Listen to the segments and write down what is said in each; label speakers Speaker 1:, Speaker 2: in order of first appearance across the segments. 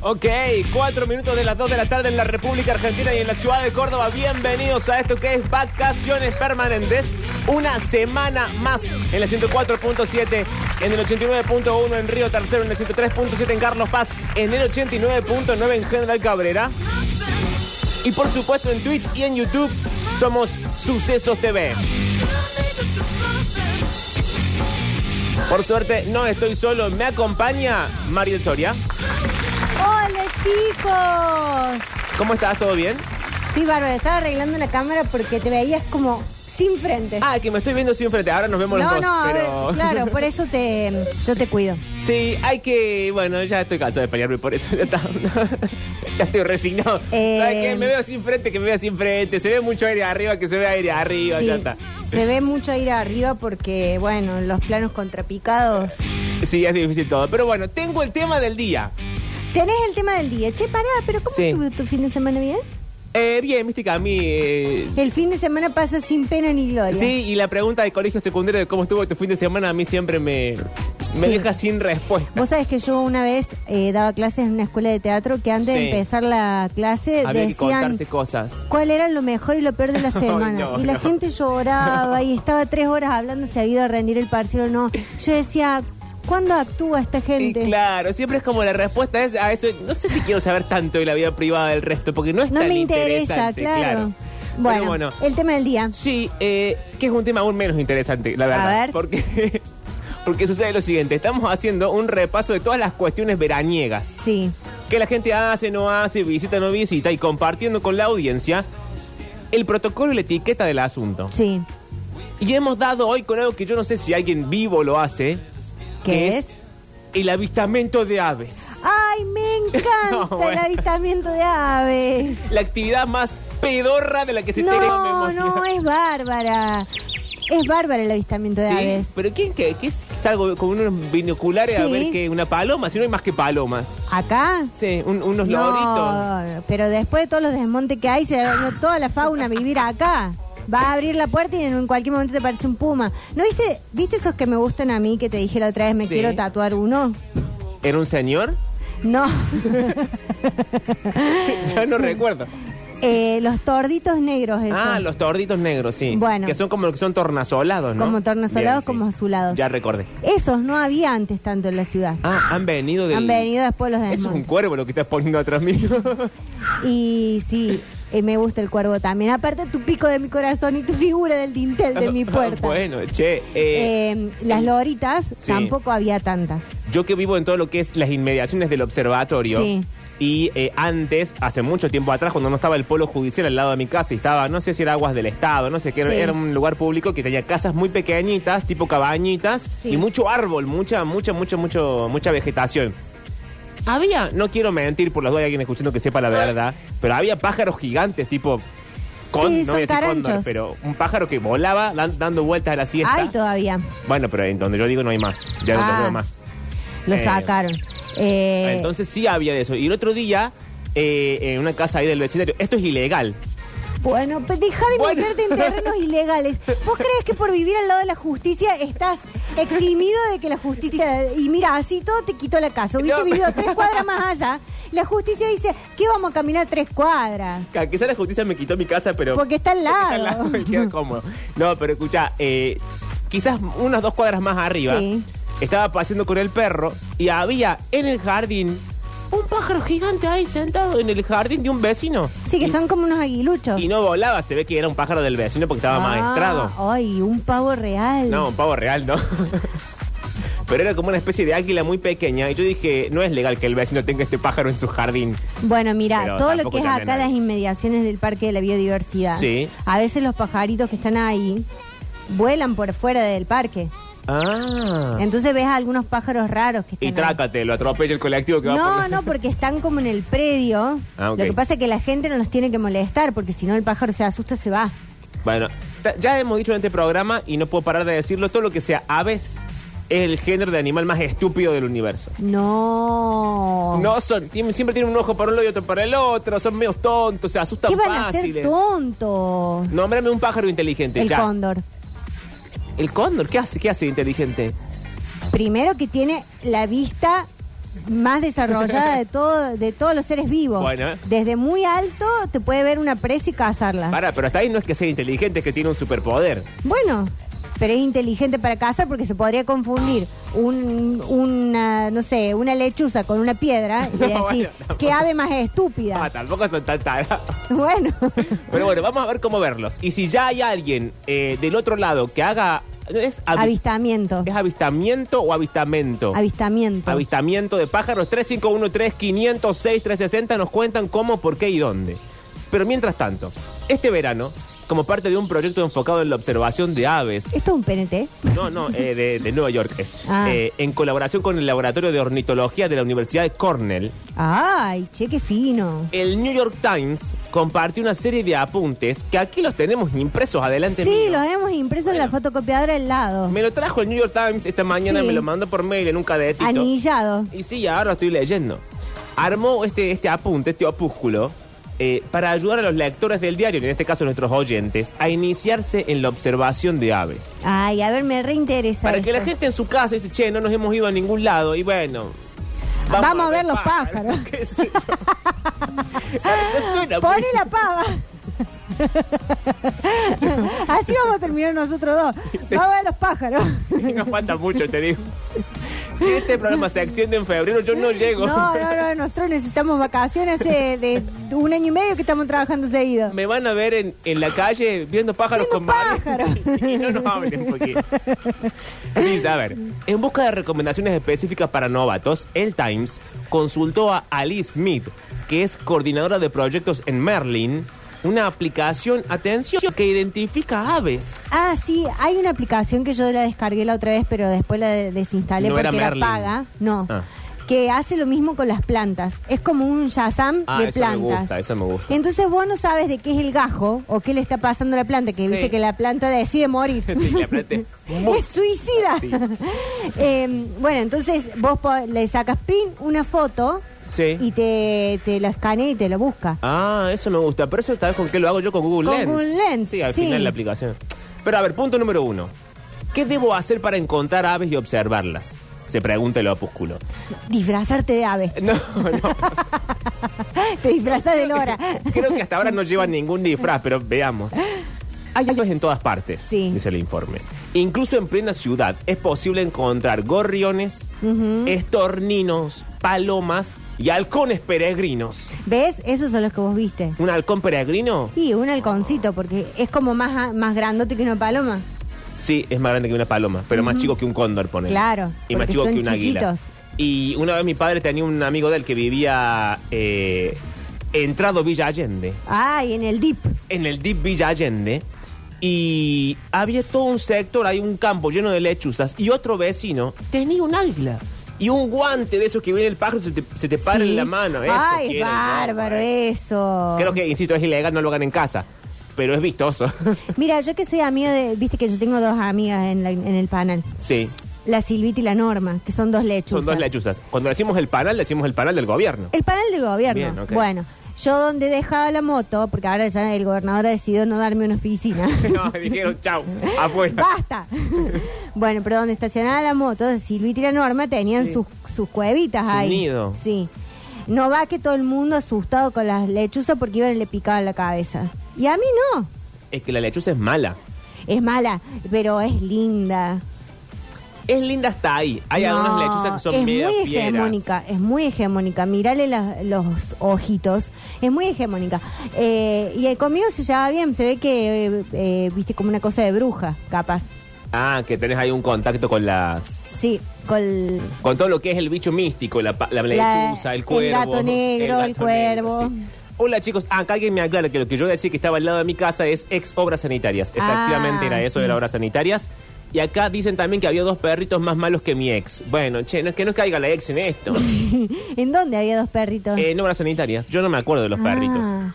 Speaker 1: Ok, cuatro minutos de las dos de la tarde en la República Argentina y en la ciudad de Córdoba. Bienvenidos a esto que es Vacaciones Permanentes. Una semana más en la 104.7, en el 89.1 en Río Tercero, en el 103.7 en Carlos Paz, en el 89.9 en General Cabrera. Y por supuesto en Twitch y en YouTube somos Sucesos TV. Por suerte no estoy solo, me acompaña Mariel Soria.
Speaker 2: Hola chicos.
Speaker 1: ¿Cómo estás? ¿Todo bien?
Speaker 2: Sí, bárbaro, estaba arreglando la cámara porque te veías como sin frente.
Speaker 1: Ah, que me estoy viendo sin frente. Ahora nos vemos los
Speaker 2: no,
Speaker 1: dos.
Speaker 2: no, a
Speaker 1: pero...
Speaker 2: ver, claro, por eso te, yo te cuido.
Speaker 1: Sí, hay que. Bueno, ya estoy cansado de pelearme por eso. Ya, está. Ya estoy resignado.
Speaker 2: Eh.
Speaker 1: ¿Sabes qué? Me veo sin frente, que me vea sin frente. Se ve mucho aire arriba, que se ve aire arriba.
Speaker 2: Sí,
Speaker 1: Ya está.
Speaker 2: se ve mucho ir arriba porque, bueno, los planos contrapicados.
Speaker 1: Sí, es difícil todo. Pero bueno, tengo el tema del día.
Speaker 2: Tenés el tema del día. Che, pará, pero ¿cómo
Speaker 1: Sí.
Speaker 2: estuvo tu fin de semana bien?
Speaker 1: Eh, bien, Mística, a mí. eh,
Speaker 2: El fin de semana pasa sin pena ni gloria.
Speaker 1: Sí, y la pregunta del colegio secundario de cómo estuvo tu fin de semana, a mí siempre me. Me
Speaker 2: Sí.
Speaker 1: deja sin respuesta.
Speaker 2: Vos sabés que yo una vez eh, daba clases en una escuela de teatro que antes
Speaker 1: Sí.
Speaker 2: de empezar la clase
Speaker 1: Había que
Speaker 2: decían...
Speaker 1: contarse cosas.
Speaker 2: cuál era lo mejor y lo peor de la semana.
Speaker 1: no,
Speaker 2: y la
Speaker 1: no.
Speaker 2: gente lloraba y estaba tres horas hablando si había ido a rendir el parcial o no. Yo decía, ¿cuándo actúa esta
Speaker 1: Y
Speaker 2: gente?
Speaker 1: claro, siempre es como la respuesta es a eso. No sé si quiero saber tanto de la vida privada del resto, porque no es
Speaker 2: no
Speaker 1: tan
Speaker 2: me interesa,
Speaker 1: interesante,
Speaker 2: claro.
Speaker 1: Pero
Speaker 2: Bueno,
Speaker 1: bueno.
Speaker 2: el tema del día.
Speaker 1: Sí, eh, que es un tema aún menos interesante, la verdad.
Speaker 2: ver.
Speaker 1: Porque, porque sucede lo siguiente: estamos haciendo un repaso de todas las cuestiones veraniegas
Speaker 2: Sí,
Speaker 1: que la gente hace, no hace, visita, no visita, y compartiendo con la audiencia el protocolo y la etiqueta del asunto.
Speaker 2: sí.
Speaker 1: Y hemos dado hoy con algo que yo no sé si alguien vivo lo hace:
Speaker 2: ¿Qué
Speaker 1: que
Speaker 2: es?
Speaker 1: el avistamiento de aves.
Speaker 2: ¡Ay, me encanta
Speaker 1: No, bueno.
Speaker 2: el avistamiento de aves!
Speaker 1: la actividad más pedorra de la que se tenga
Speaker 2: No,
Speaker 1: memoria.
Speaker 2: no, es bárbara. Es bárbara el avistamiento de
Speaker 1: Sí,
Speaker 2: aves.
Speaker 1: pero ¿quién qué? ¿Qué es? Salgo con unos binoculares a
Speaker 2: Sí.
Speaker 1: ver que una paloma, si no hay más que palomas.
Speaker 2: ¿Acá?
Speaker 1: Sí, un- unos loritos.
Speaker 2: No, pero después de todos los desmontes que hay, se va toda la fauna a vivir acá. Va a abrir la puerta y en cualquier momento te parece un puma. ¿No viste, viste esos que me gustan a mí que te dije la otra vez me
Speaker 1: Sí.
Speaker 2: quiero tatuar uno?
Speaker 1: ¿Era un señor?
Speaker 2: No.
Speaker 1: Yo no recuerdo.
Speaker 2: Eh, los torditos negros. esos.
Speaker 1: Ah, los torditos negros, sí.
Speaker 2: Bueno.
Speaker 1: Que son como los que son tornasolados, ¿no?
Speaker 2: Como tornasolados,
Speaker 1: Bien, sí.
Speaker 2: como azulados.
Speaker 1: Ya recordé.
Speaker 2: Esos no había antes tanto en la ciudad.
Speaker 1: Ah, han venido del...
Speaker 2: Han venido después los
Speaker 1: Eso es un
Speaker 2: desmontes.
Speaker 1: cuervo lo que estás poniendo atrás mío.
Speaker 2: Y sí, eh, me gusta el cuervo también. Aparte tu pico de mi corazón y tu figura del dintel de mi puerta.
Speaker 1: Ah, bueno, che. eh,
Speaker 2: Eh, las loritas
Speaker 1: Sí.
Speaker 2: tampoco había tantas.
Speaker 1: Yo que vivo en todo lo que es las inmediaciones del observatorio.
Speaker 2: Sí.
Speaker 1: Y eh, antes, hace mucho tiempo atrás, cuando no estaba el polo judicial al lado de mi casa, y estaba, no sé si era aguas del Estado, no sé qué, era-
Speaker 2: Sí.
Speaker 1: era un lugar público que tenía casas muy pequeñitas, tipo cabañitas,
Speaker 2: Sí.
Speaker 1: y mucho árbol, mucha, mucha, mucha, mucho, mucha vegetación. Había, no quiero mentir por las dudas de alguien escuchando que sepa la verdad, pero había pájaros gigantes, tipo. Con,
Speaker 2: Sí,
Speaker 1: no voy a
Speaker 2: son
Speaker 1: decir cóndor,
Speaker 2: caranchos.
Speaker 1: pero un pájaro que volaba dan- dando vueltas a la siesta.
Speaker 2: Hay todavía.
Speaker 1: Bueno, pero en donde yo digo no hay más. Ya no
Speaker 2: Ah.
Speaker 1: tengo más.
Speaker 2: Lo
Speaker 1: Eh, ah,
Speaker 2: sacaron. Eh,
Speaker 1: Entonces sí había de eso. Y el otro día, eh, en una casa ahí del vecindario, esto es ilegal.
Speaker 2: bueno, pues deja de
Speaker 1: Bueno.
Speaker 2: meterte en terrenos ilegales. ¿Vos crees que por vivir al lado de la justicia estás eximido de que la justicia... Y mira, así todo te quitó la casa. Hubiese
Speaker 1: No.
Speaker 2: vivido tres cuadras más allá. La justicia dice, ¿qué vamos a caminar tres cuadras?
Speaker 1: Ca- Quizá la justicia me quitó mi casa, pero...
Speaker 2: Porque está al
Speaker 1: está al
Speaker 2: lado.
Speaker 1: lado y queda cómodo. No, pero escucha, eh, quizás unas dos cuadras más arriba,
Speaker 2: Sí.
Speaker 1: estaba paseando con el perro y había en el jardín un pájaro gigante ahí sentado en el jardín de un vecino.
Speaker 2: Sí, que
Speaker 1: Y-
Speaker 2: son como unos aguiluchos.
Speaker 1: Y no volaba, se ve que era un pájaro del vecino porque estaba
Speaker 2: Ah,
Speaker 1: maestrado.
Speaker 2: Ay, un pavo real.
Speaker 1: No, un pavo real, ¿no? Pero era como una especie de águila muy pequeña. Y yo dije, no es legal que el vecino tenga este pájaro en su jardín.
Speaker 2: Bueno, mira,
Speaker 1: Pero
Speaker 2: todo lo
Speaker 1: tampoco
Speaker 2: que es
Speaker 1: también
Speaker 2: acá
Speaker 1: hay.
Speaker 2: las inmediaciones del Parque de la Biodiversidad,
Speaker 1: Sí.
Speaker 2: a veces los pajaritos que están ahí vuelan por fuera del parque.
Speaker 1: Ah.
Speaker 2: Entonces ves a algunos pájaros raros que
Speaker 1: Y
Speaker 2: están ahí.
Speaker 1: trácate, lo atropella el colectivo que va por
Speaker 2: No,
Speaker 1: la-
Speaker 2: no, porque están como en el predio.
Speaker 1: Ah, ok.
Speaker 2: Lo que pasa es que la gente no los tiene que molestar, porque si no el pájaro se asusta, se va.
Speaker 1: Bueno, ta- ya hemos dicho en este programa, y no puedo parar de decirlo, todo lo que sea aves es el género de animal más estúpido del universo.
Speaker 2: No.
Speaker 1: No son, tienen- siempre tienen un ojo para un lado y otro para el otro, son medios tontos, se asustan
Speaker 2: ¿Qué van a hacer
Speaker 1: fáciles.
Speaker 2: tonto?
Speaker 1: Nómbrame un pájaro inteligente,
Speaker 2: El
Speaker 1: ya.
Speaker 2: cóndor.
Speaker 1: El cóndor, ¿qué hace? ¿Qué hace de inteligente?
Speaker 2: Primero que tiene la vista más desarrollada de todo, de todos los seres vivos.
Speaker 1: Bueno.
Speaker 2: Desde muy alto te puede ver una presa y cazarla.
Speaker 1: Para, pero hasta ahí no es que sea inteligente, es que tiene un superpoder.
Speaker 2: Bueno, pero es inteligente para cazar porque se podría confundir un, una, no sé, una lechuza con una piedra y
Speaker 1: No,
Speaker 2: decir,
Speaker 1: bueno, tampoco.
Speaker 2: qué ave más estúpida.
Speaker 1: Ah, tampoco son tan taras.
Speaker 2: Bueno,
Speaker 1: Pero bueno, vamos a ver cómo verlos. Y si ya hay alguien eh, del otro lado que haga... ¿Es, avi-
Speaker 2: avistamiento.
Speaker 1: ¿es avistamiento o avistamento?
Speaker 2: Avistamiento.
Speaker 1: Avistamiento de pájaros 351-3506-360 nos cuentan cómo, por qué y dónde. Pero mientras tanto, este verano, como parte de un proyecto enfocado en la observación de aves,
Speaker 2: Esto es un PNT.
Speaker 1: no, no, eh, de, de Nueva York es,
Speaker 2: Ah.
Speaker 1: eh, en colaboración con el Laboratorio de Ornitología de la Universidad de Cornell,
Speaker 2: Ay, che, qué fino.
Speaker 1: el New York Times compartió una serie de apuntes que aquí los tenemos impresos adelante.
Speaker 2: Sí,
Speaker 1: mío.
Speaker 2: los hemos impreso en la fotocopiadora del lado.
Speaker 1: Me lo trajo el New York Times esta mañana,
Speaker 2: Sí.
Speaker 1: me lo mandó por mail en un cadetito.
Speaker 2: Anillado.
Speaker 1: Y sí, ahora lo estoy leyendo. Armó este, este apunte, este opúsculo, eh, para ayudar a los lectores del diario, y en este caso nuestros oyentes, a iniciarse en la observación de aves.
Speaker 2: Ay, a ver, me reinteresa.
Speaker 1: Para que la
Speaker 2: esto.
Speaker 1: gente en su casa dice, che, no nos hemos ido a ningún lado, y bueno.
Speaker 2: Vamos a ver los pájaros.
Speaker 1: ¿Qué sé yo? No suena muy-
Speaker 2: Pone la pava. Así vamos a terminar nosotros dos. Vamos a ver los pájaros.
Speaker 1: Nos falta mucho, te digo. Si este programa se extiende en febrero, yo no llego.
Speaker 2: No, no, no, nosotros necesitamos vacaciones hace de un año y medio que estamos trabajando seguido.
Speaker 1: Me van a ver en, en la calle viendo pájaros con
Speaker 2: Viendo
Speaker 1: varios.
Speaker 2: pájaros.
Speaker 1: y no nos hablen porque. Dice, a ver, en busca de recomendaciones específicas para novatos, el Times consultó a Alice Smith, que es coordinadora de proyectos en Merlin, una aplicación, atención, que identifica aves.
Speaker 2: Ah, sí, hay una aplicación que yo la descargué la otra vez, pero después la de- desinstalé
Speaker 1: No era
Speaker 2: porque era
Speaker 1: Merlin.
Speaker 2: paga. No.
Speaker 1: Ah.
Speaker 2: Que hace lo mismo con las plantas. Es como un Shazam
Speaker 1: Ah,
Speaker 2: de
Speaker 1: eso
Speaker 2: plantas.
Speaker 1: me gusta, eso me gusta.
Speaker 2: Entonces vos no sabes de qué es el gajo o qué le está pasando a la planta, que
Speaker 1: Sí.
Speaker 2: viste que la planta decide morir.
Speaker 1: Sí, la planta es muy-
Speaker 2: es suicida.
Speaker 1: Sí.
Speaker 2: Eh, bueno, entonces vos po- le sacas pin una foto
Speaker 1: Sí.
Speaker 2: y te, te la escanea y te la busca.
Speaker 1: Ah, eso me gusta. Pero eso, ¿sabes con qué lo hago yo? Con Google
Speaker 2: Con
Speaker 1: Lens.
Speaker 2: Google Lens,
Speaker 1: Sí, al
Speaker 2: sí.
Speaker 1: final la aplicación. Pero a ver, punto número uno. ¿Qué debo hacer para encontrar aves y observarlas? Se pregunta el opúsculo.
Speaker 2: Disfrazarte de ave.
Speaker 1: No, no.
Speaker 2: te disfrazas de lora.
Speaker 1: Creo que hasta ahora no llevan ningún disfraz, pero veamos. Hay aves en todas partes,
Speaker 2: Sí.
Speaker 1: dice el informe. Incluso en plena ciudad es posible encontrar gorriones, estorninos, palomas y halcones peregrinos.
Speaker 2: ¿Ves? Esos son los que vos viste.
Speaker 1: ¿Un halcón peregrino?
Speaker 2: Y un halconcito, porque es como más, a- más grandote que una paloma.
Speaker 1: Sí, es más grande que una paloma, pero más chico que un cóndor, pone.
Speaker 2: Claro,
Speaker 1: Y más
Speaker 2: porque
Speaker 1: chico
Speaker 2: son
Speaker 1: que un águila.
Speaker 2: chiquitos.
Speaker 1: Y una vez mi padre tenía un amigo de él que vivía eh, entrado Villa Allende,
Speaker 2: Ay, en el dip.
Speaker 1: en el Deep Villa Allende. Y había todo un sector, hay un campo lleno de lechuzas. Y otro vecino tenía un águila. Y un guante de esos que viene el pájaro y se te, se te para
Speaker 2: Sí.
Speaker 1: en la mano. Eso
Speaker 2: Ay, es
Speaker 1: quieren,
Speaker 2: bárbaro eh.
Speaker 1: ¿no?
Speaker 2: eso.
Speaker 1: Creo que, insisto, es ilegal, no lo hagan en casa. Pero es vistoso.
Speaker 2: Mira, yo que soy amiga de. Viste que yo tengo dos amigas en, la- en el panel.
Speaker 1: sí,
Speaker 2: La Silvita y la Norma, que son dos lechuzas.
Speaker 1: son dos lechuzas. Cuando decimos el panal, decimos el panal del gobierno.
Speaker 2: El panel del gobierno.
Speaker 1: Bien, ok.
Speaker 2: Bueno, yo donde dejaba la moto, porque ahora ya el gobernador ha decidido no darme una oficina.
Speaker 1: No, dijeron chau, afuera.
Speaker 2: ¡Basta! bueno, pero donde estacionaba la moto, Silvita y la Norma tenían sus, sus cuevitas
Speaker 1: Su
Speaker 2: ahí.
Speaker 1: nido.
Speaker 2: Sí. No va que todo el mundo asustado con las lechuzas porque iban y le picaban la cabeza. Y a mí no.
Speaker 1: Es que la lechuza es mala.
Speaker 2: Es mala, pero es linda.
Speaker 1: Es linda hasta ahí. Hay
Speaker 2: No,
Speaker 1: algunas lechuzas que son
Speaker 2: es
Speaker 1: media
Speaker 2: muy
Speaker 1: fieras.
Speaker 2: hegemónica, es muy hegemónica. Mirale las- los ojitos, es muy hegemónica. Eh, y el conmigo se llevaba bien, se ve que eh, eh, viste como una cosa de bruja, capaz.
Speaker 1: Ah, que tenés ahí un contacto con las...
Speaker 2: Sí, con
Speaker 1: Con todo lo que es el bicho místico, la, pa- la lechuza, el
Speaker 2: el
Speaker 1: cuervo.
Speaker 2: gato negro, el cuervo.
Speaker 1: sí. Hola chicos, acá alguien me aclara que lo que yo decía que estaba al lado de mi casa es ex obras sanitarias. Efectivamente
Speaker 2: Ah,
Speaker 1: era eso de
Speaker 2: sí.
Speaker 1: las obras sanitarias. Y acá dicen también que había dos perritos más malos que mi ex. Bueno, che, no es que no caiga la ex en esto.
Speaker 2: ¿En dónde había dos perritos?
Speaker 1: Eh, en obras sanitarias. Yo no me acuerdo de los perritos.
Speaker 2: Ah,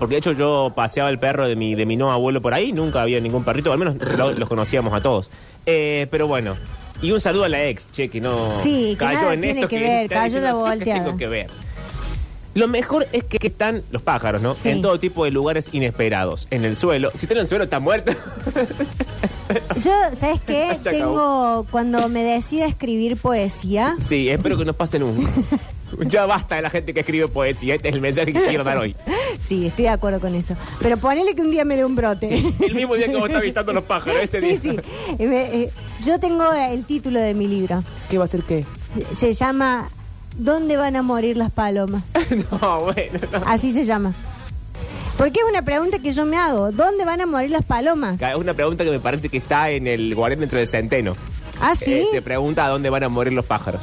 Speaker 1: Porque de hecho yo paseaba el perro de mi, de mi no abuelo por ahí, nunca había ningún perrito, al menos lo- los conocíamos a todos. Eh, pero bueno, y un saludo a la ex, che, que no
Speaker 2: Sí, que nada tiene que ver,
Speaker 1: está
Speaker 2: cayó
Speaker 1: diciendo, "Yo
Speaker 2: la
Speaker 1: qué
Speaker 2: volteada".
Speaker 1: tengo que ver. Lo mejor es que, que están los pájaros, ¿no?
Speaker 2: Sí.
Speaker 1: En todo tipo de lugares inesperados. En el suelo. Si está en el suelo, está muerto.
Speaker 2: Yo, ¿sabes qué?
Speaker 1: Chacao.
Speaker 2: Tengo, cuando me decida escribir poesía,
Speaker 1: sí, espero que nos pasen un. ya basta de la gente que escribe poesía. Este es el mensaje que quiero dar hoy.
Speaker 2: sí, estoy de acuerdo con eso. Pero ponele que un día me dé un brote.
Speaker 1: Sí, el mismo día que vos estás visitando los pájaros. Ese
Speaker 2: Sí,
Speaker 1: día.
Speaker 2: sí. Eh, me- eh, yo tengo el título de mi libro.
Speaker 1: ¿Qué va a ser qué?
Speaker 2: Se llama ¿Dónde van a morir las palomas?
Speaker 1: no, bueno. no.
Speaker 2: Así se llama. Porque es una pregunta que yo me hago. ¿Dónde van a morir las palomas?
Speaker 1: Es una pregunta que me parece que está en el guardián dentro del centeno.
Speaker 2: Ah, sí.
Speaker 1: Eh, se pregunta a dónde van a morir los pájaros.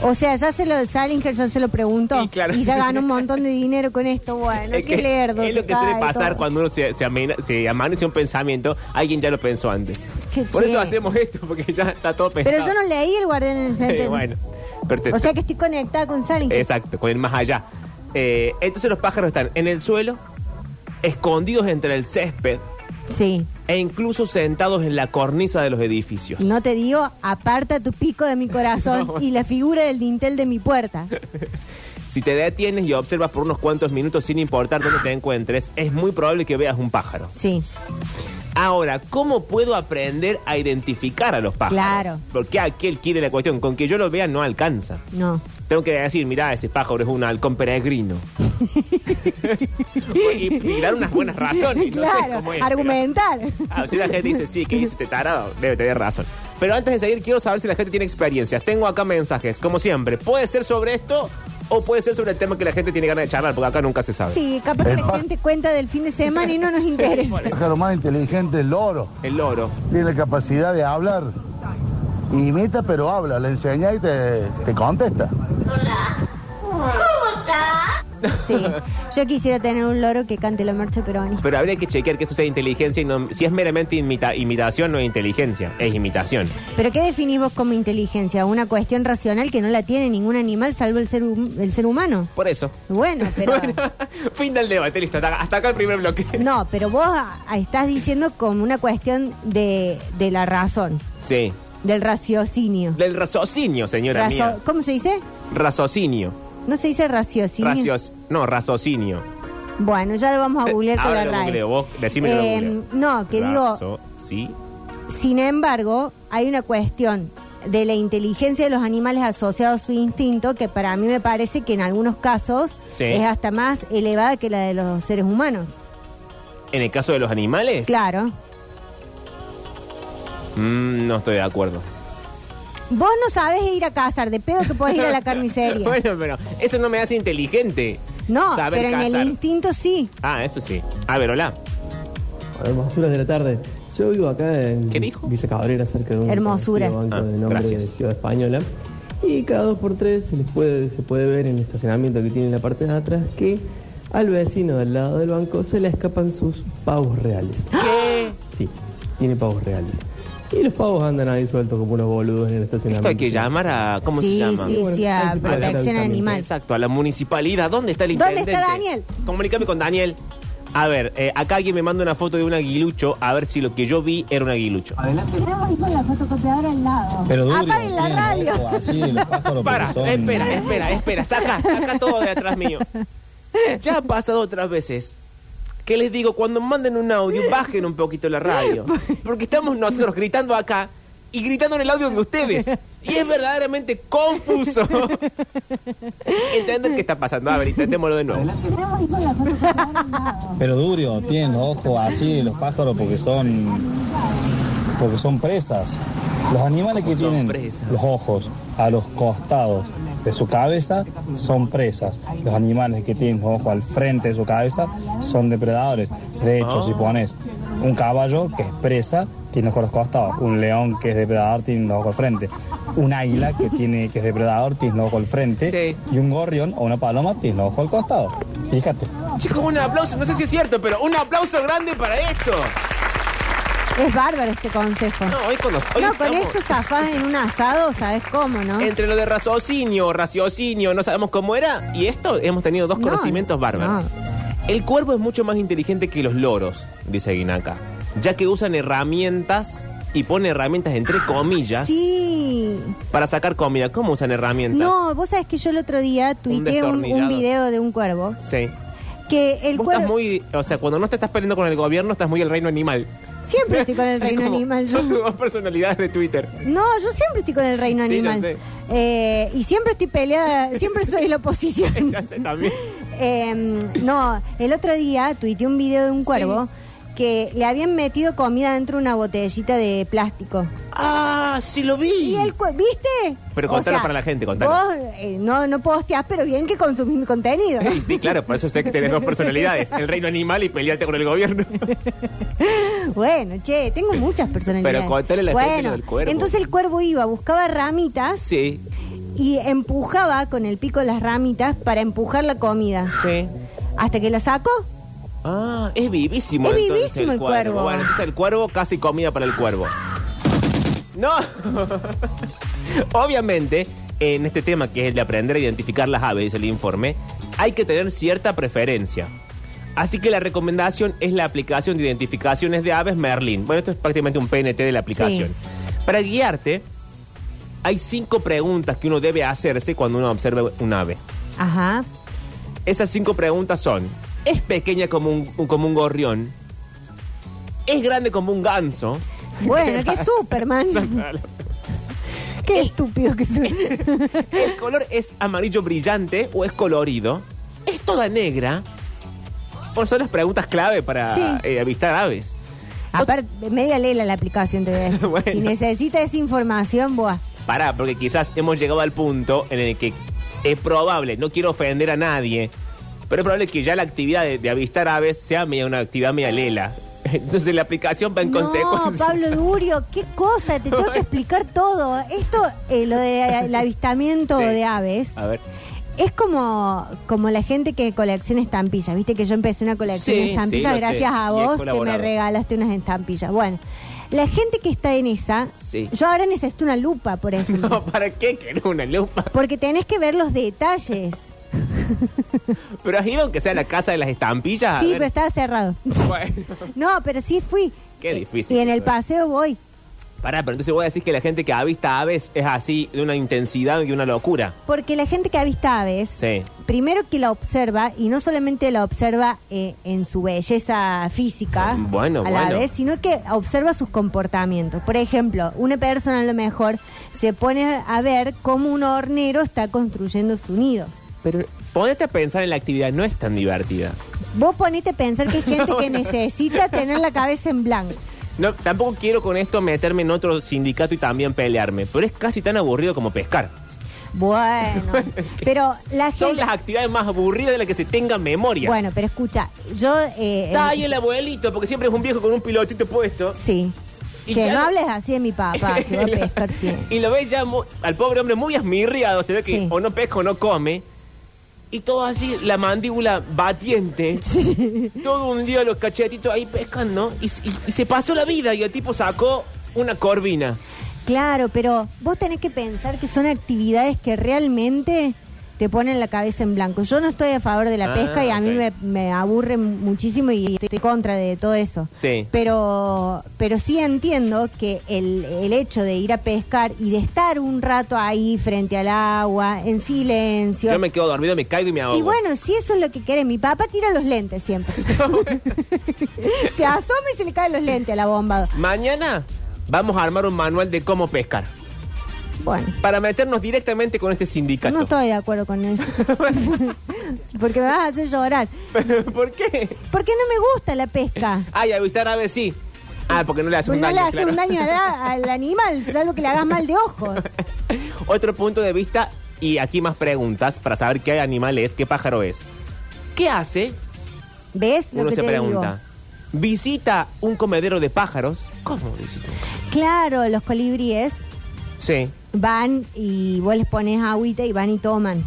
Speaker 2: O sea, ya se lo, Salinger ya se lo preguntó.
Speaker 1: Y claro.
Speaker 2: ya ganó un montón de dinero con esto. Bueno,
Speaker 1: es,
Speaker 2: qué
Speaker 1: que-
Speaker 2: lerdo.
Speaker 1: es lo que
Speaker 2: cae
Speaker 1: suele pasar
Speaker 2: todo.
Speaker 1: cuando uno se, se, amena- se amanece un pensamiento, alguien ya lo pensó antes.
Speaker 2: Qué
Speaker 1: Por eso
Speaker 2: che.
Speaker 1: hacemos esto, porque ya está todo pensado.
Speaker 2: Pero yo no leí El Guardián en el
Speaker 1: Eh,
Speaker 2: Centeno.
Speaker 1: bueno, pero te-
Speaker 2: O sea que estoy conectada con Salinger.
Speaker 1: Exacto, con el más allá. Eh, entonces los pájaros están en el suelo, escondidos entre el césped
Speaker 2: Sí.
Speaker 1: e incluso sentados en la cornisa de los edificios.
Speaker 2: No te digo, aparta tu pico de mi corazón
Speaker 1: No, bueno.
Speaker 2: y la figura del dintel de mi puerta.
Speaker 1: Si te detienes y observas por unos cuantos minutos sin importar dónde te encuentres, es muy probable que veas un pájaro.
Speaker 2: Sí.
Speaker 1: Ahora, ¿cómo puedo aprender a identificar a los pájaros?
Speaker 2: Claro.
Speaker 1: Porque aquel quiere la cuestión, con que yo lo vea no alcanza.
Speaker 2: No.
Speaker 1: Tengo que decir, mirá, ese pájaro es un halcón peregrino. y, y dar unas buenas razones. no sé
Speaker 2: claro,
Speaker 1: cómo es, pero-
Speaker 2: argumentar.
Speaker 1: Ah, si la gente dice, sí, que dice este tarado, debe tener razón. Pero antes de seguir, quiero saber si la gente tiene experiencias. Tengo acá mensajes, como siempre. Puede ser sobre esto o puede ser sobre el tema que la gente tiene ganas de charlar, porque acá nunca se sabe.
Speaker 2: Sí, capaz que la
Speaker 3: Además-
Speaker 2: gente cuenta del fin de semana y no nos interesa.
Speaker 3: El pájaro más inteligente el loro.
Speaker 1: El loro.
Speaker 3: Tiene la capacidad de hablar. Imita pero habla, le enseña y te, te contesta.
Speaker 2: Sí. Yo quisiera tener un loro que cante la marcha peronista.
Speaker 1: Pero habría que chequear que eso sea inteligencia y no. Si es meramente imita- imitación, no es inteligencia, es imitación.
Speaker 2: Pero ¿qué definís vos como inteligencia? Una cuestión racional que no la tiene ningún animal salvo el ser, hum- el ser humano.
Speaker 1: Por eso.
Speaker 2: Bueno, pero...
Speaker 1: Bueno, fin del debate, listo. Hasta, hasta acá el primer bloque.
Speaker 2: No, pero vos ah, estás diciendo como una cuestión de, de la razón,
Speaker 1: Sí.
Speaker 2: del raciocinio.
Speaker 1: Del raciocinio, señora
Speaker 2: Razo-
Speaker 1: mía.
Speaker 2: ¿Cómo se dice?
Speaker 1: Raciocinio.
Speaker 2: No se dice raciocinio.
Speaker 1: Racios- no, raciocinio.
Speaker 2: Bueno, ya lo vamos a
Speaker 1: Eh,
Speaker 2: googlear con
Speaker 1: ahora
Speaker 2: la
Speaker 1: lo
Speaker 2: RAE.
Speaker 1: googleo, vos decime que lo
Speaker 2: Eh,
Speaker 1: googleo.
Speaker 2: No, que digo,
Speaker 1: Razo- Sí.
Speaker 2: sin embargo, hay una cuestión de la inteligencia de los animales asociada a su instinto que para mí me parece que en algunos casos
Speaker 1: Sí.
Speaker 2: es hasta más elevada que la de los seres humanos.
Speaker 1: En el caso de los animales.
Speaker 2: Claro.
Speaker 1: Mm, no estoy de acuerdo.
Speaker 2: Vos no sabes ir a cazar, de pedo que podés ir a la carnicería.
Speaker 1: bueno, pero eso no me hace inteligente.
Speaker 2: no,
Speaker 1: Saber
Speaker 2: pero en
Speaker 1: cazar.
Speaker 2: el instinto sí.
Speaker 1: Ah, eso sí. A ver, hola.
Speaker 4: Hermosuras de la tarde. Yo vivo acá en
Speaker 1: ¿Qué dijo?
Speaker 4: Villa Cabrera, cerca de un
Speaker 2: Hermosuras.
Speaker 4: conocido banco
Speaker 1: Ah,
Speaker 4: de nombre
Speaker 1: gracias.
Speaker 4: de Ciudad Española. Y cada dos por tres se, les puede, se puede ver en el estacionamiento que tiene en la parte de atrás que al vecino del lado del banco se le escapan sus pavos reales.
Speaker 2: ¡Ah!
Speaker 1: ¿Qué?
Speaker 4: Sí, tiene pavos reales. Y los pavos andan ahí sueltos como unos boludos en el
Speaker 1: Esto
Speaker 4: estacionamiento.
Speaker 1: hay que llamar a. ¿Cómo
Speaker 2: sí,
Speaker 1: se llama?
Speaker 2: sí, sí,
Speaker 4: Ahí
Speaker 2: a
Speaker 4: se puede
Speaker 2: protección
Speaker 4: hacer
Speaker 2: animal.
Speaker 1: Exacto, a la municipalidad. ¿Dónde está el
Speaker 2: ¿Dónde
Speaker 1: intendente?
Speaker 2: está Daniel?
Speaker 1: Comunícame con Daniel. A ver, eh, acá alguien me manda una foto de un aguilucho, a ver si lo que yo vi era un aguilucho.
Speaker 2: Tenemos ir con la fotocopiadora al lado.
Speaker 5: Pero duro,
Speaker 2: Apaguen Ah, la
Speaker 5: tienen
Speaker 2: radio.
Speaker 5: ojos así, los pájaros,
Speaker 1: Para,
Speaker 5: porque son-
Speaker 1: espera, espera, espera, saca, saca todo de atrás mío. Ya ha pasado otras veces. que les digo? Cuando manden un audio, bajen un poquito la radio. Porque estamos nosotros gritando acá y gritando en el audio de ustedes. Y es verdaderamente confuso. Entender qué está pasando. A ver, intentémoslo de nuevo.
Speaker 5: Pero duro, tienen los ojos así, los pájaros, porque son. Porque son presas. Los animales que
Speaker 1: Son
Speaker 5: tienen
Speaker 1: presas.
Speaker 5: los ojos a los costados de su cabeza son presas. Los animales que tienen los ojos al frente de su cabeza son depredadores. De hecho,
Speaker 1: Ah.
Speaker 5: si pones un caballo que es presa, tiene los ojos a los costados. Un león que es depredador tiene los ojos al frente. Un águila que tiene que es depredador tiene los ojos al frente.
Speaker 1: Sí.
Speaker 5: Y un gorrión o una paloma tiene los ojos al costado. Fíjate.
Speaker 1: Chicos, un aplauso. No sé si es cierto, pero un aplauso grande para esto.
Speaker 2: Es bárbaro este consejo.
Speaker 1: No, hoy con los. hoy
Speaker 2: no, con
Speaker 1: estamos-
Speaker 2: esto zafás en un asado, ¿sabes cómo, no?
Speaker 1: Entre lo de raciocinio, raciocinio, no sabemos cómo era, y esto hemos tenido dos
Speaker 2: No,
Speaker 1: conocimientos bárbaros.
Speaker 2: no.
Speaker 1: El cuervo es mucho más inteligente que los loros, dice Guinaca, ya que usan herramientas y pone herramientas entre comillas
Speaker 2: Sí.
Speaker 1: para sacar comida. ¿Cómo usan herramientas?
Speaker 2: No, vos sabés que yo el otro día tuiteé un, un,
Speaker 1: destornillador.
Speaker 2: video de un cuervo.
Speaker 1: Sí.
Speaker 2: Que el
Speaker 1: Vos
Speaker 2: cuervo.
Speaker 1: estás muy. O sea, cuando no te estás peleando con el gobierno, estás muy el reino animal.
Speaker 2: Siempre estoy con el reino
Speaker 1: Como-
Speaker 2: animal. yo.
Speaker 1: Son tus dos personalidades de Twitter.
Speaker 2: No, yo siempre estoy con el reino
Speaker 1: Sí, ya
Speaker 2: animal.
Speaker 1: sé.
Speaker 2: Eh, y siempre estoy peleada, siempre soy la oposición.
Speaker 1: Ya sé también.
Speaker 2: Eh, no, el otro día tuiteé un video de un cuervo que le habían metido comida dentro de una botellita de plástico.
Speaker 1: ¡Ah! ¡Sí lo vi!
Speaker 2: Y el cue- ¿viste?
Speaker 1: Pero
Speaker 2: O
Speaker 1: contalo
Speaker 2: sea,
Speaker 1: para la gente, contalo.
Speaker 2: Vos eh, no, no posteás, pero bien que consumís mi contenido.
Speaker 1: Y sí, claro, por eso sé que tenés dos personalidades: el reino animal y pelearte con el gobierno.
Speaker 2: Bueno, che, tengo muchas personalidades.
Speaker 1: Pero contale a la gente
Speaker 2: bueno,
Speaker 1: lo del cuervo.
Speaker 2: Entonces el cuervo iba, buscaba ramitas
Speaker 1: Sí.
Speaker 2: y empujaba con el pico las ramitas para empujar la comida.
Speaker 1: Sí.
Speaker 2: Hasta que la sacó.
Speaker 1: Ah, es vivísimo.
Speaker 2: Es
Speaker 1: entonces,
Speaker 2: vivísimo el cuervo.
Speaker 1: Bueno, entonces el cuervo casi comida para el cuervo. No. Obviamente, en este tema que es el de aprender a identificar las aves, dice el informe, hay que tener cierta preferencia. Así que la recomendación es la aplicación de identificaciones de aves Merlin. Bueno, esto es prácticamente un PNT de la aplicación. Para guiarte, hay cinco preguntas que uno debe hacerse cuando uno observa un ave.
Speaker 2: Ajá.
Speaker 1: Esas cinco preguntas son: ¿es pequeña como un, un- como un gorrión? ¿Es grande como un ganso?
Speaker 2: Bueno, qué Superman. qué estúpido que soy.
Speaker 1: ¿El color es amarillo brillante o es colorido? ¿Es toda negra? Bueno, son las preguntas clave para
Speaker 2: Sí.
Speaker 1: eh, avistar aves.
Speaker 2: Aparte, media lela la aplicación, te voy a decir.
Speaker 1: Bueno.
Speaker 2: Si necesitas esa información, buah.
Speaker 1: Pará, porque quizás hemos llegado al punto en el que es probable, no quiero ofender a nadie, pero es probable que ya la actividad de, de avistar aves sea media una actividad media lela. Entonces la aplicación va en
Speaker 2: No,
Speaker 1: consecuencia.
Speaker 2: Pablo Durio, qué cosa, te tengo que explicar todo. Esto, eh, lo del avistamiento
Speaker 1: Sí.
Speaker 2: de aves,
Speaker 1: A ver.
Speaker 2: es como, como la gente que colecciona estampillas. Viste que yo empecé una colección
Speaker 1: Sí,
Speaker 2: de
Speaker 1: sí,
Speaker 2: estampillas
Speaker 1: lo sé.
Speaker 2: gracias a
Speaker 1: Y he
Speaker 2: vos que me
Speaker 1: colaborado.
Speaker 2: regalaste unas estampillas. Bueno, la gente que está en esa,
Speaker 1: Sí.
Speaker 2: yo ahora necesito una lupa, por ejemplo.
Speaker 1: No, ¿para qué querer una lupa?
Speaker 2: Porque tenés que ver los detalles.
Speaker 1: ¿Pero has ido aunque sea a la casa de las estampillas? A
Speaker 2: sí,
Speaker 1: ver.
Speaker 2: pero estaba cerrado.
Speaker 1: Bueno.
Speaker 2: No, pero sí fui.
Speaker 1: Qué
Speaker 2: Eh,
Speaker 1: difícil
Speaker 2: Y en
Speaker 1: que
Speaker 2: el
Speaker 1: fue.
Speaker 2: paseo voy.
Speaker 1: Pará, pero entonces voy a decir que la gente que avista aves es así de una intensidad y una locura.
Speaker 2: Porque la gente que avista aves,
Speaker 1: Sí.
Speaker 2: primero que la observa, y no solamente la observa eh, en su belleza física
Speaker 1: Ah, Bueno,
Speaker 2: a la
Speaker 1: bueno.
Speaker 2: vez, sino que observa sus comportamientos. Por ejemplo, una persona a lo mejor se pone a ver cómo un hornero está construyendo su nido.
Speaker 1: Pero ponete a pensar en la actividad, no es tan divertida.
Speaker 2: Vos ponete a pensar que es gente que necesita tener la cabeza en blanco.
Speaker 1: No, tampoco quiero con esto meterme en otro sindicato y también pelearme, pero es casi tan aburrido como pescar.
Speaker 2: Bueno, pero la gente...
Speaker 1: Son las actividades más aburridas de las que se tenga memoria.
Speaker 2: Bueno, pero escucha, yo... eh,
Speaker 1: Está
Speaker 2: eh,
Speaker 1: ahí el abuelito, porque siempre es un viejo con un pilotito puesto.
Speaker 2: Sí.
Speaker 1: Y
Speaker 2: Che,
Speaker 1: ya
Speaker 2: no
Speaker 1: no-
Speaker 2: hables así de mi papá, que va a pescar siempre.
Speaker 1: Y lo ves ya mu- al pobre hombre muy esmirriado, se ve que
Speaker 2: Sí.
Speaker 1: o no pesca o no come. Y todo así, la mandíbula batiente. Todo un día los cachetitos ahí pescando. Y, s- y- y se pasó la vida y el tipo sacó una corvina.
Speaker 2: Claro, pero vos tenés que pensar que son actividades que realmente te ponen la cabeza en blanco. Yo no estoy a favor de la
Speaker 1: Ah,
Speaker 2: pesca y a mí
Speaker 1: ok.
Speaker 2: me, me aburre muchísimo y estoy en contra de todo eso.
Speaker 1: Sí.
Speaker 2: Pero, pero sí entiendo que el, el hecho de ir a pescar y de estar un rato ahí frente al agua, en silencio.
Speaker 1: Yo me quedo dormido, me caigo y me ahogo.
Speaker 2: Y bueno, si eso es lo que quiere, mi papá tira los lentes siempre. se asoma y se le caen los lentes a la bomba.
Speaker 1: Mañana vamos a armar un manual de cómo pescar.
Speaker 2: Bueno,
Speaker 1: Para meternos directamente con este sindicato.
Speaker 2: no estoy de acuerdo con eso. Porque me vas a hacer llorar.
Speaker 1: ¿Por qué?
Speaker 2: Porque no me gusta la pesca.
Speaker 1: Ay, avistar aves sí. Ah, porque no le Eh, hace
Speaker 2: Porque
Speaker 1: un
Speaker 2: no
Speaker 1: daño.
Speaker 2: le hace
Speaker 1: claro.
Speaker 2: un daño a la- al animal, salvo que le hagas mal de ojo.
Speaker 1: Otro punto de vista y aquí más preguntas para saber qué animal es, qué pájaro es. ¿Qué hace?
Speaker 2: ¿Ves? Lo
Speaker 1: Uno
Speaker 2: que
Speaker 1: se
Speaker 2: te
Speaker 1: pregunta. ¿Visita un comedero de pájaros? ¿Cómo visita? un
Speaker 2: digo. Claro, los colibríes
Speaker 1: comedero? Sí.
Speaker 2: van y vos les pones agüita y van y toman.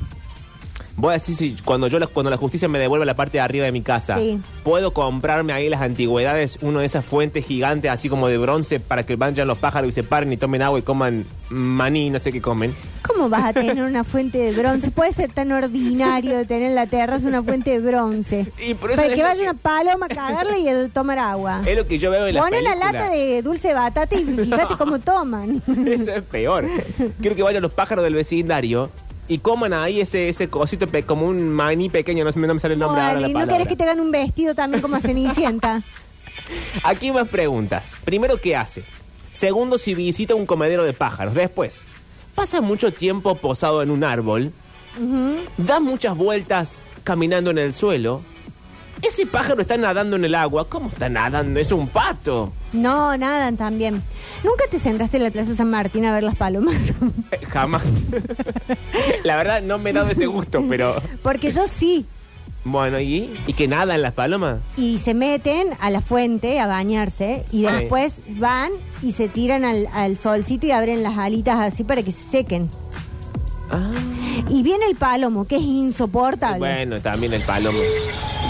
Speaker 1: Voy a decir si cuando yo la- cuando la justicia me devuelve la parte de arriba de mi casa,
Speaker 2: Sí.
Speaker 1: puedo comprarme ahí las antigüedades, una de esas fuentes gigantes así como de bronce para que vayan los pájaros y se paren y tomen agua y coman maní, no sé qué comen.
Speaker 2: ¿Cómo vas a tener una fuente de bronce? Puede ser tan ordinario tener en la terraza una fuente de bronce.
Speaker 1: Y por eso
Speaker 2: Para que
Speaker 1: es-
Speaker 2: vaya una paloma a cagarle y a tomar agua.
Speaker 1: Es lo que yo veo en las
Speaker 2: Pone la
Speaker 1: películas.
Speaker 2: lata de dulce de batata y fíjate cómo toman.
Speaker 1: Eso es peor. Quiero que vayan los pájaros del vecindario y coman ahí ese, ese cosito pe- como un maní pequeño, no, se me- no me sale el nombre ahora la
Speaker 2: Bueno, ¿y no querés
Speaker 1: palabra.
Speaker 2: que te hagan un vestido también como a Cenicienta?
Speaker 1: Aquí más preguntas. Primero, ¿qué hace? Segundo, si visita un comedero de pájaros. Después, ¿pasa mucho tiempo posado en un árbol?
Speaker 2: Ujú.
Speaker 1: ¿Da muchas vueltas caminando en el suelo? ¿Ese pájaro está nadando en el agua? ¿Cómo está nadando? Es un pato.
Speaker 2: No, nadan también. ¿Nunca te sentaste en la Plaza San Martín a ver las palomas?
Speaker 1: Eh, Jamás. la verdad, no me he dado ese gusto, pero...
Speaker 2: Porque yo sí.
Speaker 1: Bueno, ¿y? ¿Y que nadan las palomas?
Speaker 2: Y se meten a la fuente a bañarse y
Speaker 1: Ah.
Speaker 2: después van y se tiran al, al solcito y abren las alitas así para que se sequen.
Speaker 1: Ah...
Speaker 2: Y viene el palomo, que es insoportable.
Speaker 1: Bueno, también el palomo.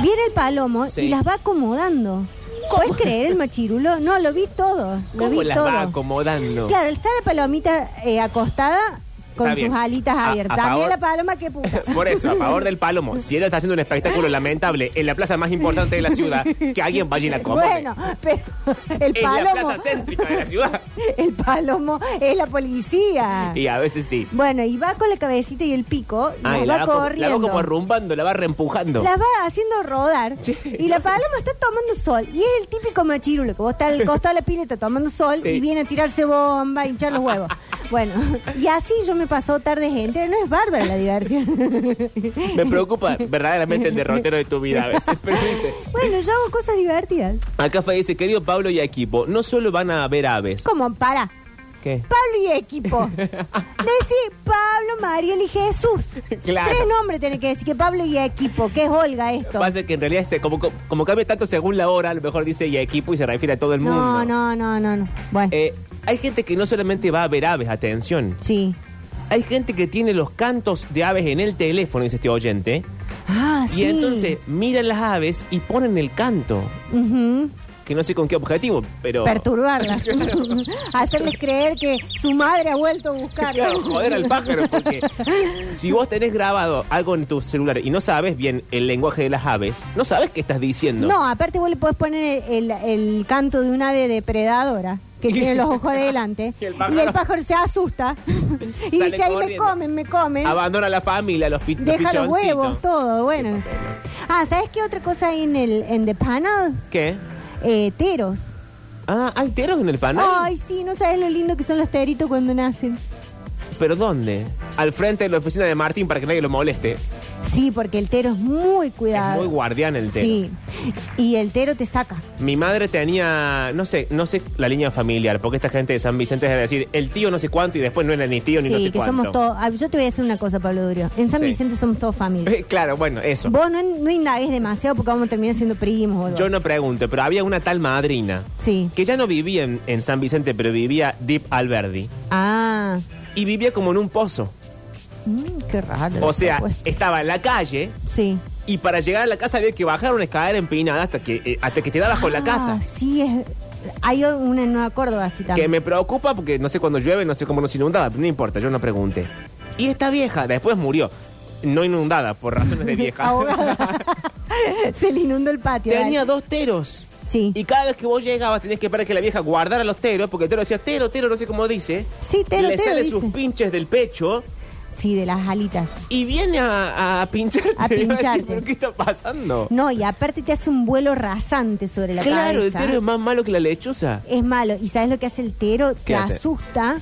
Speaker 2: Viene el palomo
Speaker 1: Sí.
Speaker 2: y las va acomodando. ¿Puedes creer el machirulo? No, lo vi todo. Lo
Speaker 1: ¿Cómo
Speaker 2: vi
Speaker 1: las
Speaker 2: todo.
Speaker 1: va acomodando?
Speaker 2: Claro, está la palomita eh, acostada con
Speaker 1: Está bien.
Speaker 2: sus alitas
Speaker 1: A- a
Speaker 2: abiertas.
Speaker 1: favor-
Speaker 2: También la paloma que puta.
Speaker 1: Por eso, a favor del palomo, si él está haciendo un espectáculo lamentable en la plaza más importante de la ciudad, que alguien vaya y la acomode.
Speaker 2: Bueno, pero el
Speaker 1: en la
Speaker 2: palomo.
Speaker 1: plaza céntrica de la ciudad.
Speaker 2: El palomo es la policía.
Speaker 1: Y a veces sí.
Speaker 2: Bueno, y va con la cabecita y el pico, y
Speaker 1: Ah, y
Speaker 2: las
Speaker 1: la,
Speaker 2: va
Speaker 1: va como- la
Speaker 2: corriendo.
Speaker 1: va como arrumbando, la va reempujando.
Speaker 2: las va haciendo rodar.
Speaker 1: Sí.
Speaker 2: Y la paloma está tomando sol. Y es el típico machirulo, que vos estás al costado de la pileta tomando sol
Speaker 1: Sí.
Speaker 2: y viene a tirarse bomba, a hinchar los huevos. Bueno, y así yo me pasó tarde gente. No es bárbara la diversión.
Speaker 1: Me preocupa verdaderamente el derrotero de tu vida a veces. Pero dice,
Speaker 2: bueno, yo hago cosas divertidas.
Speaker 1: acá Fe dice, querido Pablo y equipo, no solo van a ver aves.
Speaker 2: Como, para,
Speaker 1: ¿Qué?
Speaker 2: Pablo y equipo. Decir Pablo, Mariel y Jesús.
Speaker 1: Claro.
Speaker 2: Tres nombres tiene que decir que Pablo y equipo, que es Olga esto.
Speaker 1: Pasa que en realidad, se- como, como- como cambia tanto según la hora, a lo mejor dice y equipo y se refiere a todo el mundo.
Speaker 2: No, no, no, no, no. Bueno,
Speaker 1: Eh, hay gente que no solamente va a ver aves, atención.
Speaker 2: sí.
Speaker 1: Hay gente que tiene los cantos de aves en el teléfono, dice este oyente.
Speaker 2: Ah,
Speaker 1: Y
Speaker 2: sí.
Speaker 1: entonces miran las aves y ponen el canto.
Speaker 2: Ujú.
Speaker 1: Que no sé con qué objetivo, pero.
Speaker 2: Perturbarlas. Hacerles creer que su madre ha vuelto a buscarla.
Speaker 1: Claro, joder al pájaro, porque si vos tenés grabado algo en tu celular y no sabes bien el lenguaje de las aves, no sabes qué estás diciendo.
Speaker 2: No, aparte vos le podés poner el, el- el canto de un ave depredadora que tiene los ojos delante
Speaker 1: Y
Speaker 2: y
Speaker 1: el
Speaker 2: el
Speaker 1: pájaro-
Speaker 2: pájaro, se asusta y
Speaker 1: Sale
Speaker 2: dice ahí me
Speaker 1: corriendo.
Speaker 2: comen, me comen,
Speaker 1: Abandona la familia, los, pi- los
Speaker 2: deja los
Speaker 1: pichoncitos.
Speaker 2: huevos, todo, bueno. Ah, ¿sabes qué otra cosa hay en el en The Panel?
Speaker 1: ¿Qué?
Speaker 2: Eh, teros.
Speaker 1: Ah, ¿hay teros en el panal?
Speaker 2: Ay, sí, no sabes lo lindo que son los teritos cuando nacen.
Speaker 1: ¿Pero dónde? Al frente de la oficina de Martín para que nadie lo moleste.
Speaker 2: Sí, porque el tero es muy
Speaker 1: Es
Speaker 2: cuidado.
Speaker 1: muy guardián el tero.
Speaker 2: Sí, y el tero te saca.
Speaker 1: Mi madre tenía, no sé, no sé la línea familiar, porque esta gente de San Vicente es de decir, el tío no sé cuánto y después no era ni tío ni
Speaker 2: sí,
Speaker 1: no sé
Speaker 2: que
Speaker 1: cuánto.
Speaker 2: somos todos. ah, Yo te voy a decir una cosa, Pablo Durio. En San
Speaker 1: Sí.
Speaker 2: Vicente somos todos familia.
Speaker 1: Eh, Claro, bueno, eso.
Speaker 2: Vos no, no indagues demasiado porque vamos a terminar siendo primos. boludo.
Speaker 1: Yo no pregunto, pero había una tal madrina
Speaker 2: Sí.
Speaker 1: que ya no vivía en, en San Vicente, pero vivía Deep Alberdi
Speaker 2: Ah,
Speaker 1: y vivía como en un pozo.
Speaker 2: mm, qué raro.
Speaker 1: O sea,
Speaker 2: Pues,
Speaker 1: estaba en la calle
Speaker 2: sí.
Speaker 1: y para llegar a la casa había que bajar una escalera empinada hasta que eh, hasta que te dabas con la
Speaker 2: Ah,
Speaker 1: casa.
Speaker 2: Sí, es, hay una en Nueva Córdoba así
Speaker 1: Que
Speaker 2: también.
Speaker 1: me preocupa porque no sé cuándo llueve, no sé cómo nos inundaba. No importa, yo no pregunté. Y esta vieja después murió. No inundada, por razones de vieja.
Speaker 2: Ahogada. Se le inundó el patio.
Speaker 1: Tenía
Speaker 2: dale.
Speaker 1: dos teros.
Speaker 2: Sí.
Speaker 1: Y cada vez que vos llegabas tenías que esperar que la vieja guardara los teros, porque el tero decía, tero, tero, no sé cómo dice.
Speaker 2: Sí, tero,
Speaker 1: Le
Speaker 2: tero,
Speaker 1: sale
Speaker 2: dice.
Speaker 1: sus pinches del pecho
Speaker 2: Sí, de las alitas.
Speaker 1: y viene a, a pincharte.
Speaker 2: A pincharte.
Speaker 1: Iba decir, ¿Pero qué está pasando?
Speaker 2: No, y aparte te hace un vuelo rasante sobre la
Speaker 1: claro, el
Speaker 2: cabeza.
Speaker 1: tero es más malo que la lechuza.
Speaker 2: Es malo. ¿Y sabes lo que hace el tero?
Speaker 1: ¿Qué
Speaker 2: Te
Speaker 1: hace?
Speaker 2: asusta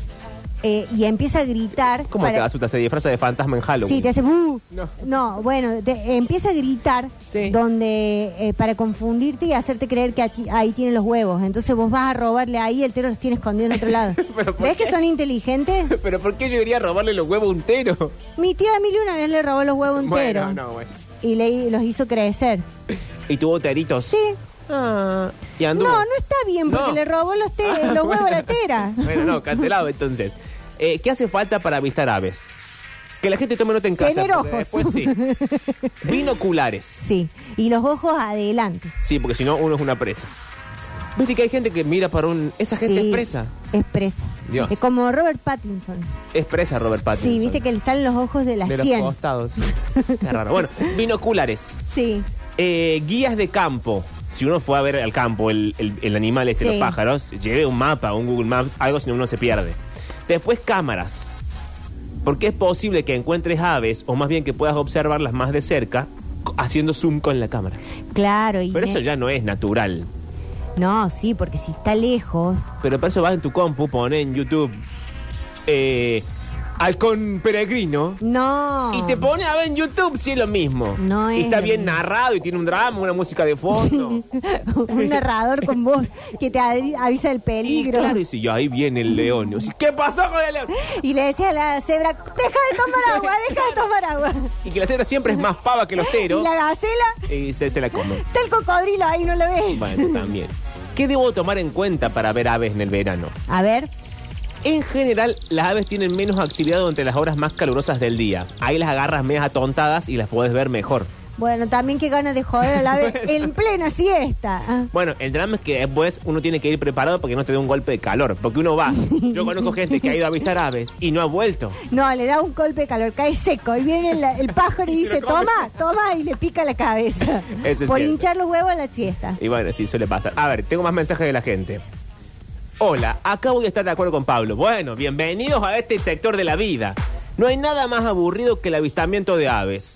Speaker 2: eh, y empieza a gritar.
Speaker 1: ¿Cómo
Speaker 2: para-
Speaker 1: te asusta? Se disfraza de fantasma en Halloween.
Speaker 2: Sí, te hace... "Bú".
Speaker 1: No.
Speaker 2: No. bueno, te- eh, empieza a gritar
Speaker 1: Sí.
Speaker 2: donde eh, para confundirte y hacerte creer que aquí, ahí tienen los huevos. Entonces vos vas a robarle ahí, el tero los tiene escondidos en otro lado.
Speaker 1: ¿Pero por
Speaker 2: ¿Ves
Speaker 1: qué?
Speaker 2: que son inteligentes?
Speaker 1: ¿Pero por qué yo iría a robarle los huevos a un tero?
Speaker 2: Mi tía Emilia una vez le robó los huevos enteros
Speaker 1: Bueno, no, bueno.
Speaker 2: y le, los hizo crecer.
Speaker 1: ¿Y tuvo teritos?
Speaker 2: Sí.
Speaker 1: Ah, y
Speaker 2: No,
Speaker 1: anduvo.
Speaker 2: no está bien porque
Speaker 1: No. Ah,
Speaker 2: le robó los, te- los huevos a la tera.
Speaker 1: Bueno, no, cancelado entonces. Eh, ¿Qué hace falta para avistar aves? Que la gente tome nota en casa.
Speaker 2: Tener
Speaker 1: porque
Speaker 2: ojos.
Speaker 1: Después sí. Binoculares.
Speaker 2: Sí. Y los ojos adelante.
Speaker 1: Sí, porque si no, uno es una presa. Viste que hay gente que mira para un. Esa gente
Speaker 2: Sí,
Speaker 1: es presa.
Speaker 2: Es presa.
Speaker 1: Dios.
Speaker 2: Es como Robert Pattinson.
Speaker 1: Es presa, Robert Pattinson.
Speaker 2: Sí, viste que le salen los ojos de las
Speaker 1: De los
Speaker 2: 100.
Speaker 1: costados. Qué raro. Bueno, binoculares.
Speaker 2: Sí.
Speaker 1: Eh, guías de campo. Si uno fue a ver al campo el, el- el animal este,
Speaker 2: Sí.
Speaker 1: los pájaros, lleve un mapa, un Google Maps, algo si no uno se pierde. Después cámaras. Porque es posible que encuentres aves, o más bien que puedas observarlas más de cerca, co- haciendo zoom con la cámara.
Speaker 2: Claro. Y
Speaker 1: Pero
Speaker 2: ne-
Speaker 1: eso ya no es natural.
Speaker 2: No, sí, porque si está lejos.
Speaker 1: Pero para eso vas en tu compu, pones en YouTube eh, halcón peregrino.
Speaker 2: No.
Speaker 1: Y te pone a ver en YouTube si es lo mismo.
Speaker 2: Ah. No
Speaker 1: y
Speaker 2: es
Speaker 1: está
Speaker 2: lo
Speaker 1: bien
Speaker 2: mismo.
Speaker 1: narrado y tiene un drama, una música de fondo.
Speaker 2: un narrador con voz que te avi- avisa el
Speaker 1: y
Speaker 2: peligro.
Speaker 1: claro, y si yo, ahí viene el león. O sea, ¿Qué pasó con el león?
Speaker 2: Y le decía a la cebra, deja de tomar agua, deja de tomar agua.
Speaker 1: Y que la cebra siempre es más pava que los
Speaker 2: Y
Speaker 1: teros.
Speaker 2: la gacela,
Speaker 1: Y se, se la come.
Speaker 2: está el cocodrilo ahí, no lo ves.
Speaker 1: Bueno, también. ¿Qué debo tomar en cuenta para ver aves en el verano?
Speaker 2: A ver,
Speaker 1: En general, las aves tienen menos actividad durante las horas más calurosas del día. Ahí las agarras medias atontadas y las puedes ver mejor.
Speaker 2: bueno, también qué ganas de joder al ave en plena siesta. Ah,
Speaker 1: Bueno, el drama es que después uno tiene que ir preparado porque no te dé un golpe de calor. Porque uno va. Yo conozco gente que ha ido a avistar aves y no ha vuelto.
Speaker 2: No, le da un golpe de calor, cae seco y viene el, el pájaro y,
Speaker 1: Y se
Speaker 2: dice,
Speaker 1: lo come.
Speaker 2: toma, toma y le pica la cabeza.
Speaker 1: Eso es
Speaker 2: por
Speaker 1: cierto.
Speaker 2: hinchar los huevos a la siesta.
Speaker 1: Y bueno, sí, suele pasar. A ver, tengo más mensajes de la gente. Hola, acá voy a estar de acuerdo con Pablo. Bueno, bienvenidos a este sector de la vida. No hay nada más aburrido que el avistamiento de aves.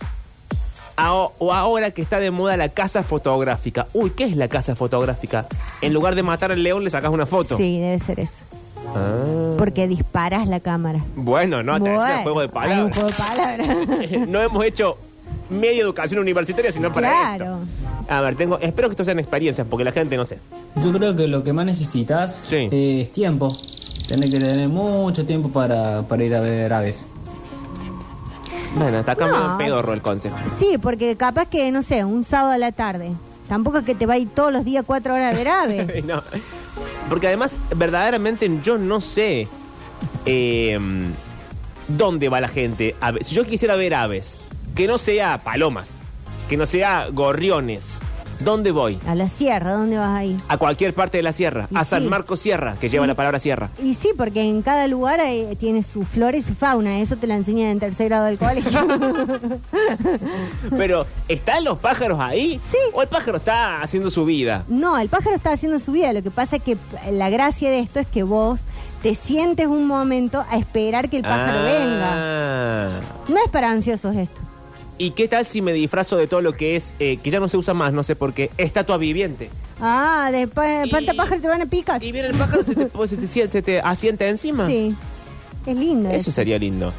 Speaker 1: Ao- o ahora que está de moda la casa fotográfica. Uy, ¿qué es la casa fotográfica? En lugar de matar al león, le sacas una foto. Ah.
Speaker 2: Sí, debe ser eso. Porque disparas la cámara.
Speaker 1: Bueno, no, atención,
Speaker 2: Bueno,
Speaker 1: juego de
Speaker 2: Hay un
Speaker 1: palabras.
Speaker 2: juego de palabras.
Speaker 1: no hemos hecho media educación universitaria, sino para
Speaker 2: Claro.
Speaker 1: esto. A ver, tengo, espero que esto sean experiencias, porque la gente no sé.
Speaker 6: Yo creo que lo que más necesitas
Speaker 1: Sí.
Speaker 6: eh, es tiempo. Tienes que tener mucho tiempo para, para ir a ver aves.
Speaker 1: Bueno, hasta acá
Speaker 2: No.
Speaker 1: me pedorro el consejo.
Speaker 2: Sí, porque capaz que, no sé, un sábado a la tarde. Tampoco es que te va a ir todos los días cuatro horas a ver ave.
Speaker 1: No. Porque además, verdaderamente yo no sé eh, dónde va la gente. A ver, si yo quisiera ver aves, que no sea palomas, que no sea gorriones, ¿dónde voy?
Speaker 2: A la sierra, ¿dónde vas ahí?
Speaker 1: A cualquier parte de la sierra,
Speaker 2: Y
Speaker 1: a San
Speaker 2: sí. Mm.
Speaker 1: Marcos Sierra, que lleva la palabra sierra.
Speaker 2: Y sí, porque en cada lugar eh, tiene su flora y su fauna. Eso te la enseñan en tercer grado del colegio.
Speaker 1: Pero, ¿están los pájaros ahí?
Speaker 2: Sí.
Speaker 1: ¿O el pájaro está haciendo su vida?
Speaker 2: no, el pájaro está haciendo su vida. Lo que pasa es que p- la gracia de esto es que vos te sientes un momento a esperar que el pájaro venga.
Speaker 1: Ah.
Speaker 2: No es para ansiosos esto.
Speaker 1: ¿Y qué tal si me disfrazo de todo lo que es, eh, que ya no se usa más, no sé por qué, estatua viviente?
Speaker 2: Ah, después,
Speaker 1: Y-
Speaker 2: ¿cuántos pájaros te van a picar?
Speaker 1: Y viene el pájaro, se te, pues, se te sien- se te asienta encima.
Speaker 2: Sí. Es lindo.
Speaker 1: Eso
Speaker 2: eso.
Speaker 1: sería lindo.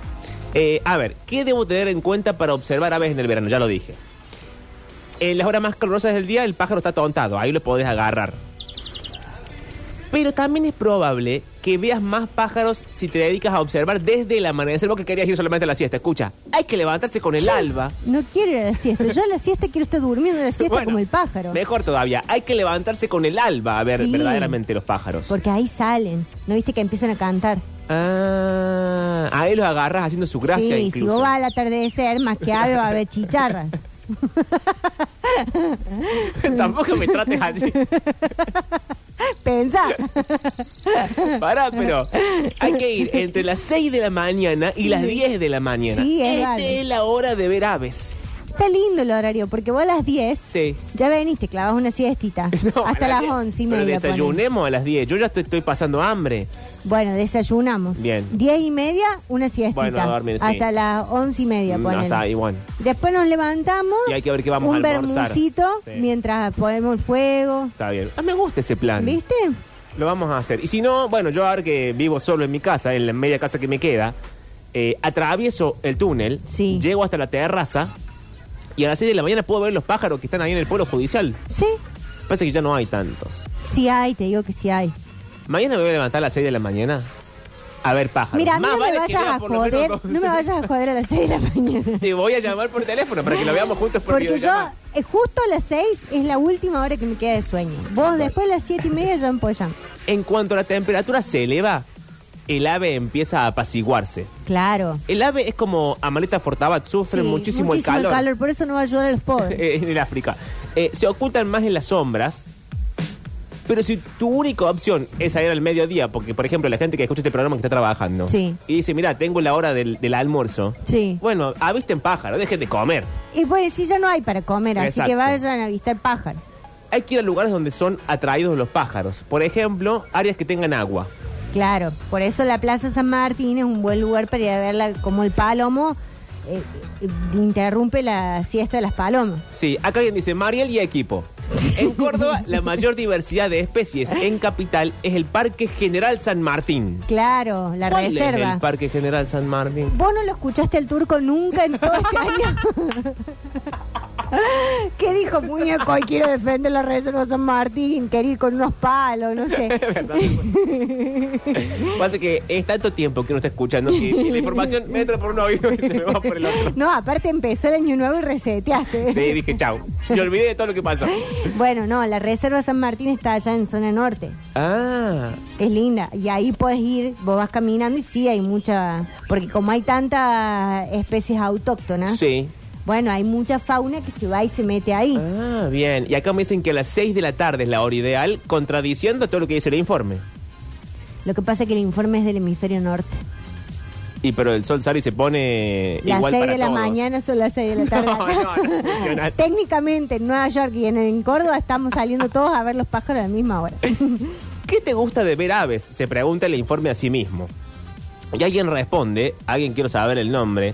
Speaker 1: Eh, a ver, ¿qué debo tener en cuenta para observar aves en el verano? Ya lo dije. En las horas más calurosas del día, el pájaro está tontado. Ahí lo podés agarrar. Pero también es probable que veas más pájaros si te dedicas a observar desde el amanecer. Vos que querías ir solamente a la siesta. Escucha, hay que levantarse con el alba.
Speaker 2: No quiero ir a la siesta. Yo a la siesta quiero estar durmiendo a la siesta
Speaker 1: Bueno,
Speaker 2: como el pájaro.
Speaker 1: Mejor todavía, hay que levantarse con el alba a ver
Speaker 2: Sí.
Speaker 1: verdaderamente los pájaros.
Speaker 2: Porque ahí salen. ¿No viste que empiezan a cantar?
Speaker 1: Ah, ahí los agarras haciendo su gracia
Speaker 2: sí, si
Speaker 1: incluso.
Speaker 2: vos vas al atardecer, más que ave va a haber chicharras.
Speaker 1: Tampoco me trates así.
Speaker 2: Pensá.
Speaker 1: Pará, pero hay que ir entre las 6 de la mañana y las 10 de la mañana.
Speaker 2: Sí, es
Speaker 1: Esta
Speaker 2: válido.
Speaker 1: es la hora de ver aves.
Speaker 2: Está lindo el horario, porque vos a las 10
Speaker 1: Sí.
Speaker 2: ya venís, te clavas una siestita.
Speaker 1: No,
Speaker 2: hasta
Speaker 1: a
Speaker 2: las
Speaker 1: 10.
Speaker 2: 11 y
Speaker 1: Pero
Speaker 2: media. ponele.
Speaker 1: desayunemos a las 10. Yo ya estoy, estoy pasando hambre.
Speaker 2: Bueno, desayunamos.
Speaker 1: Bien.
Speaker 2: 10 y media, una siestita.
Speaker 1: Bueno, a dormir, sí.
Speaker 2: Hasta las 11 y media,
Speaker 1: Mm,
Speaker 2: ponele.
Speaker 1: hasta ahí, bueno.
Speaker 2: Después nos levantamos.
Speaker 1: Y hay que ver qué vamos
Speaker 2: un
Speaker 1: a almorzar.
Speaker 2: bermucito
Speaker 1: Sí.
Speaker 2: mientras ponemos el fuego.
Speaker 1: Está bien. Ah, me gusta ese plan.
Speaker 2: ¿Viste?
Speaker 1: Lo vamos a hacer. Y si no, bueno, yo ahora que vivo solo en mi casa, en la media casa que me queda, eh, atravieso el túnel,
Speaker 2: Sí.
Speaker 1: llego hasta la terraza y a las 6 de la mañana puedo ver los pájaros que están ahí en el pueblo judicial.
Speaker 2: Sí,
Speaker 1: Parece que ya no hay tantos.
Speaker 2: sí hay, te digo que sí hay.
Speaker 1: Mañana me voy a levantar a las 6 de la mañana a ver pájaros.
Speaker 2: Mira, a mí
Speaker 1: Más
Speaker 2: no me
Speaker 1: vale que
Speaker 2: vayas
Speaker 1: vea
Speaker 2: a
Speaker 1: por lo menos
Speaker 2: joder,
Speaker 1: dos.
Speaker 2: no me vayas a joder a las 6 de la mañana.
Speaker 1: Te voy a llamar por teléfono para que lo veamos juntos por
Speaker 2: Porque yo,
Speaker 1: videollamada.
Speaker 2: eh, justo a las 6 es la última hora que me queda de sueño. Vos después de las 7 y media ya empollan.
Speaker 1: En cuanto la temperatura se eleva, el ave empieza a apaciguarse.
Speaker 2: Claro.
Speaker 1: El ave es como Amaleta Fortabat, sufre
Speaker 2: Sí,
Speaker 1: muchísimo,
Speaker 2: muchísimo
Speaker 1: el calor.
Speaker 2: Por eso no va a ayudar a los pobres.
Speaker 1: eh, en el África. Eh, se ocultan más en las sombras. Pero si tu única opción es salir al mediodía, porque por ejemplo la gente que escucha este programa que está trabajando
Speaker 2: Sí.
Speaker 1: y dice, mira, tengo la hora del, del almuerzo.
Speaker 2: Sí.
Speaker 1: Bueno, avisten pájaro, dejen de comer.
Speaker 2: Y pues sí, ya no hay para comer, así
Speaker 1: Exacto.
Speaker 2: que vayan a avistar pájaros.
Speaker 1: Hay que ir a lugares donde son atraídos los pájaros. Por ejemplo, áreas que tengan agua.
Speaker 2: Claro, por eso la Plaza San Martín es un buen lugar para ir a verla como el palomo eh, eh, interrumpe la siesta de las palomas.
Speaker 1: Sí, acá alguien dice Mariel y equipo. En Córdoba, la mayor diversidad de especies en capital es el Parque General San Martín.
Speaker 2: Claro, la
Speaker 1: ¿Cuál es
Speaker 2: reserva.
Speaker 1: el Parque General San Martín?
Speaker 2: Vos no lo escuchaste el turco nunca en todo este año. ¿Qué dijo muñeco? Hoy quiero defender la reserva San Martín, quiero ir con unos palos, no sé.
Speaker 1: Pasa que es tanto tiempo que uno está escuchando que la información me entra por un oído y se me va por el otro.
Speaker 2: No, aparte empezó el año nuevo y reseteaste.
Speaker 1: Sí, dije chau. Me olvidé de todo lo que pasó.
Speaker 2: Bueno, no, la reserva San Martín está allá en zona norte.
Speaker 1: Ah,
Speaker 2: Es linda. Y ahí puedes ir, vos vas caminando y sí, hay mucha. Porque como hay tantas especies autóctonas,
Speaker 1: sí.
Speaker 2: bueno, hay mucha fauna que se va y se mete ahí.
Speaker 1: Ah, bien. Y acá me dicen que a las 6 de la tarde es la hora ideal, contradiciendo todo lo que dice el informe.
Speaker 2: Lo que pasa es que el informe es del hemisferio norte.
Speaker 1: Y pero el sol sale y se pone
Speaker 2: Las
Speaker 1: igual
Speaker 2: 6
Speaker 1: para
Speaker 2: de la
Speaker 1: todos.
Speaker 2: mañana son las 6 de la tarde.
Speaker 1: No,
Speaker 2: acá.
Speaker 1: no, no funciona así.
Speaker 2: Técnicamente en Nueva York y en, en Córdoba estamos saliendo todos a ver los pájaros a la misma hora.
Speaker 1: ¿Qué te gusta de ver aves? Se pregunta el informe a sí mismo. Y alguien responde, alguien quiero saber el nombre.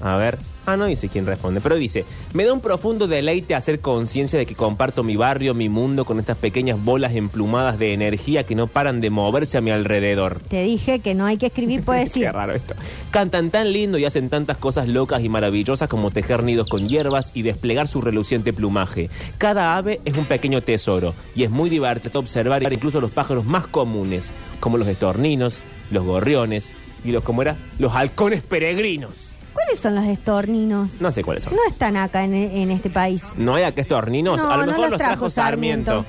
Speaker 1: A ver. Ah, no dice quién responde, pero dice, me da un profundo deleite hacer conciencia de que comparto mi barrio, mi mundo con estas pequeñas bolas emplumadas de energía que no paran de moverse a mi alrededor.
Speaker 2: Te dije que no hay que escribir
Speaker 1: Qué
Speaker 2: poesía.
Speaker 1: raro esto. Cantan tan lindo y hacen tantas cosas locas y maravillosas como tejer nidos con hierbas y desplegar su reluciente plumaje. Cada ave es un pequeño tesoro y es muy divertido observar incluso los pájaros más comunes, como los estorninos, los gorriones y los, como era? Los halcones peregrinos.
Speaker 2: ¿Cuáles son los estorninos?
Speaker 1: No sé cuáles son.
Speaker 2: No están acá en, en este país.
Speaker 1: No hay acá estorninos, a lo
Speaker 2: no
Speaker 1: mejor los trajo, Sarmiento.